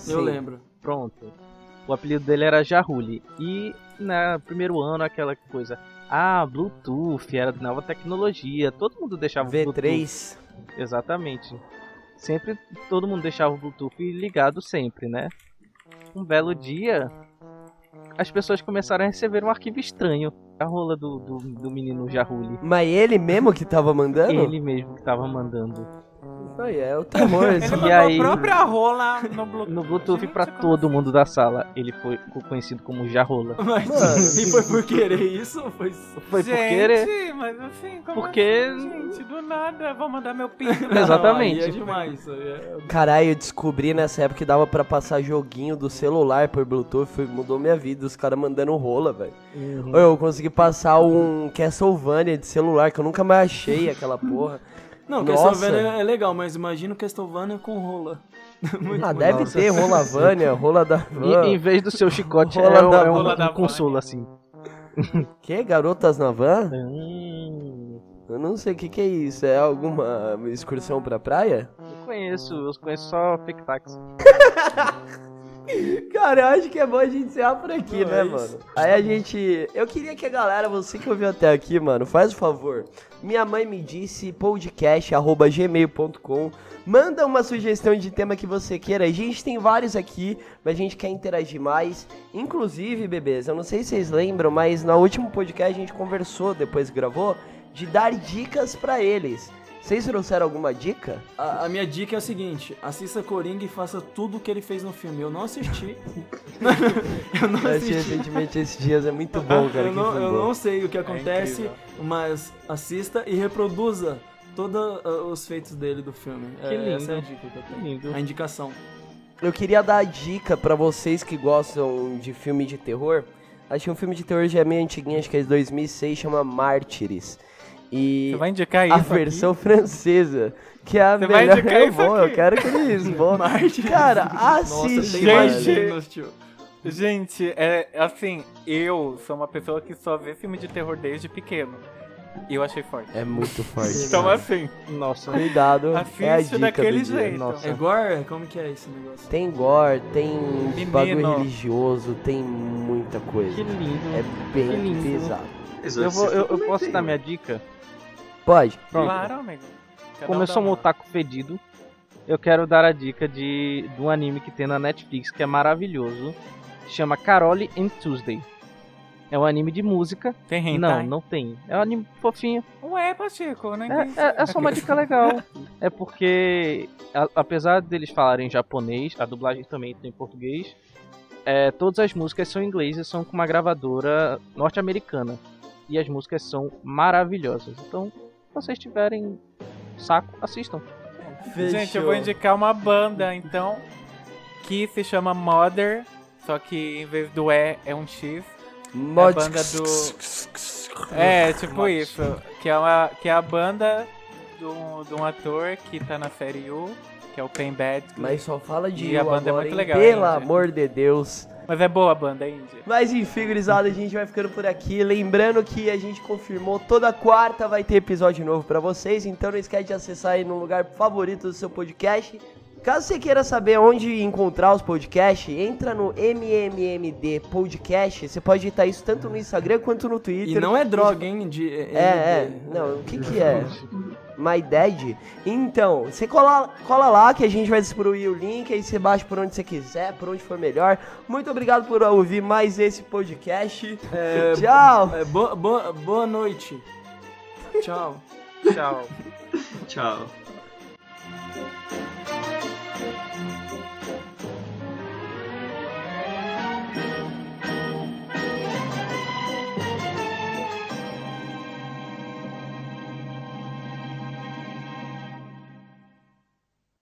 Speaker 4: Eu lembro.
Speaker 2: Pronto. O apelido dele era Jaruli. E na primeiro ano aquela coisa, ah, Bluetooth, era de nova tecnologia, todo mundo deixava o Bluetooth
Speaker 5: V3.
Speaker 2: Exatamente. Sempre todo mundo deixava o Bluetooth ligado sempre, né? Um belo dia, as pessoas começaram a receber um arquivo estranho. A rola do, do, do menino Jaruli.
Speaker 5: Mas ele mesmo que tava mandando?
Speaker 2: Ele mesmo que tava mandando.
Speaker 5: Isso aí, é o terror.
Speaker 1: Ele
Speaker 5: esse-
Speaker 1: mandou
Speaker 2: aí?
Speaker 1: a própria rola no Bluetooth.
Speaker 2: No Bluetooth
Speaker 1: Gente,
Speaker 2: pra
Speaker 1: como
Speaker 2: todo
Speaker 1: assim?
Speaker 2: mundo da sala. Ele foi co- conhecido como Jarrola.
Speaker 4: Mas
Speaker 5: Mano.
Speaker 4: e foi por querer isso ou foi
Speaker 2: Foi por
Speaker 1: gente,
Speaker 2: querer.
Speaker 1: mas assim, como
Speaker 2: Porque-
Speaker 1: assim, gente, do nada, vou mandar meu pinto.
Speaker 2: Exatamente.
Speaker 4: Não, aí é demais. isso aí é-
Speaker 5: Caralho, eu descobri nessa época que dava pra passar joguinho do celular por Bluetooth. foi- mudou minha vida, os caras mandando rola, velho. Eu consegui passar um Castlevania de celular, que eu nunca mais achei aquela porra.
Speaker 4: Não,
Speaker 5: Nossa.
Speaker 4: Castlevania é legal, mas imagina o Castlevania com rola. Muito
Speaker 5: ah,
Speaker 4: bom.
Speaker 5: deve ter rola Vânia, rola da
Speaker 2: E, em
Speaker 5: van.
Speaker 2: vez do seu chicote,
Speaker 5: Rola
Speaker 2: é, um-
Speaker 5: da-
Speaker 2: é um,
Speaker 1: rola da
Speaker 2: um consolo assim.
Speaker 5: Que? Garotas na van?
Speaker 2: Hum,
Speaker 5: Eu não sei o que, que é isso. É alguma excursão pra praia?
Speaker 2: eu conheço, eu conheço só Fake Tax.
Speaker 5: Cara, eu acho que é bom a gente encerrar por aqui,
Speaker 4: Não,
Speaker 5: né,
Speaker 4: é isso.
Speaker 5: mano? Aí a gente. Eu queria que a galera, você que ouviu até aqui, mano, faz o favor. Minha mãe me disse podcast.gmail.com. Manda uma sugestão de tema que você queira. A gente tem vários aqui, mas a gente quer interagir mais. Inclusive, bebês, eu não sei se vocês lembram, mas no último podcast a gente conversou, depois que gravou, de dar dicas pra eles. Vocês trouxeram alguma dica?
Speaker 4: A, a minha dica é o seguinte: assista Coringa e faça tudo o que ele fez no filme. Eu não assisti. eu não
Speaker 5: Eu assisti
Speaker 4: assisti.
Speaker 5: recentemente esses dias, é muito bom, cara.
Speaker 4: eu,
Speaker 5: que
Speaker 4: não,
Speaker 5: filme
Speaker 4: eu
Speaker 5: bom.
Speaker 4: não sei o que acontece,
Speaker 1: É incrível.
Speaker 4: mas assista e reproduza todos os feitos dele do filme.
Speaker 2: Que
Speaker 4: É, Essa é a
Speaker 2: lindo.
Speaker 4: dica que eu tenho.
Speaker 2: Lindo.
Speaker 4: A indicação.
Speaker 5: Eu queria dar a dica pra vocês que gostam de filme de terror. Acho que um filme de terror já é meio antiguinho, acho que é de 2006, chama Mártires. E
Speaker 1: Você vai indicar isso
Speaker 5: a
Speaker 1: aqui?
Speaker 5: versão francesa, que é a
Speaker 1: Você vai
Speaker 5: melhor.
Speaker 1: indicar
Speaker 5: eu
Speaker 1: isso
Speaker 5: vou, eu
Speaker 1: aqui?
Speaker 5: quero que eles vão. Cara, assiste,
Speaker 1: tem
Speaker 5: mano.
Speaker 1: mais gente. Gente, é assim, eu sou uma pessoa que só vê filme de terror desde pequeno. E eu achei forte.
Speaker 5: É muito forte.
Speaker 1: Então
Speaker 5: cara.
Speaker 1: assim,
Speaker 2: Nossa.
Speaker 5: Cuidado, é a
Speaker 1: assiste
Speaker 5: dica
Speaker 1: daquele
Speaker 5: do dia.
Speaker 1: jeito.
Speaker 2: nossa.
Speaker 4: É gore? Como que é esse negócio?
Speaker 5: Tem gore, tem bagulho
Speaker 1: Menino.
Speaker 5: religioso, tem muita
Speaker 2: Que
Speaker 5: coisa.
Speaker 2: lindo.
Speaker 5: É
Speaker 2: Que
Speaker 5: bem
Speaker 2: lindo.
Speaker 5: pesado.
Speaker 2: Eu, vou, eu, eu posso dar minha dica?
Speaker 5: Pode.
Speaker 2: Pronto.
Speaker 1: Claro, amigo. Cada
Speaker 2: Como eu
Speaker 1: dá
Speaker 2: sou um
Speaker 1: uma.
Speaker 2: otaku fedido, eu quero dar a dica de, de um anime que tem na Netflix que é maravilhoso. Chama Carole and Tuesday. É um anime de música.
Speaker 1: Tem
Speaker 2: Não,
Speaker 1: hentai?
Speaker 2: não tem. É um anime fofinho.
Speaker 1: Ué, Pacheco, eu não entendi.
Speaker 2: É, é- é só uma dica legal. É porque, a- apesar deles falarem japonês, a dublagem também tem em português. é, todas as músicas são em inglês e são com uma gravadora norte-americana. E as músicas são maravilhosas. Então, se vocês tiverem saco, assistam.
Speaker 1: Gente, eu vou indicar uma banda, então, que se chama Mother, só que em vez do E é um X. É a
Speaker 5: Mod...
Speaker 1: é banda do. É, tipo isso. Que é, uma, que é a banda de um, de um ator que tá na série U, que é o Pen Badgley.
Speaker 5: Mas só fala de
Speaker 1: E a
Speaker 5: eu
Speaker 1: banda é
Speaker 5: agora,
Speaker 1: muito
Speaker 5: hein?
Speaker 1: legal,
Speaker 5: Pelo
Speaker 1: hein, gente?
Speaker 5: amor de Deus.
Speaker 1: Mas é boa a banda, hein, Indy?
Speaker 5: Mas enfim, gurizada, a gente vai ficando por aqui. Lembrando que a gente confirmou, toda quarta vai ter episódio novo pra vocês. Então não esquece de acessar aí no lugar favorito do seu podcast. Caso você queira saber onde encontrar os podcasts, entra no MMMD Podcast. Você pode digitar isso tanto no Instagram quanto no Twitter.
Speaker 4: E não é droga, hein? De,
Speaker 5: É, é. Não, o que que é? My Dad? Então, você cola, cola lá que a gente vai distribuir o link, aí você baixa por onde você quiser, por onde for melhor. Muito obrigado por ouvir mais esse podcast. Tchau!
Speaker 4: É, boa, boa, boa noite. Tchau.
Speaker 2: Tchau.
Speaker 3: Tchau.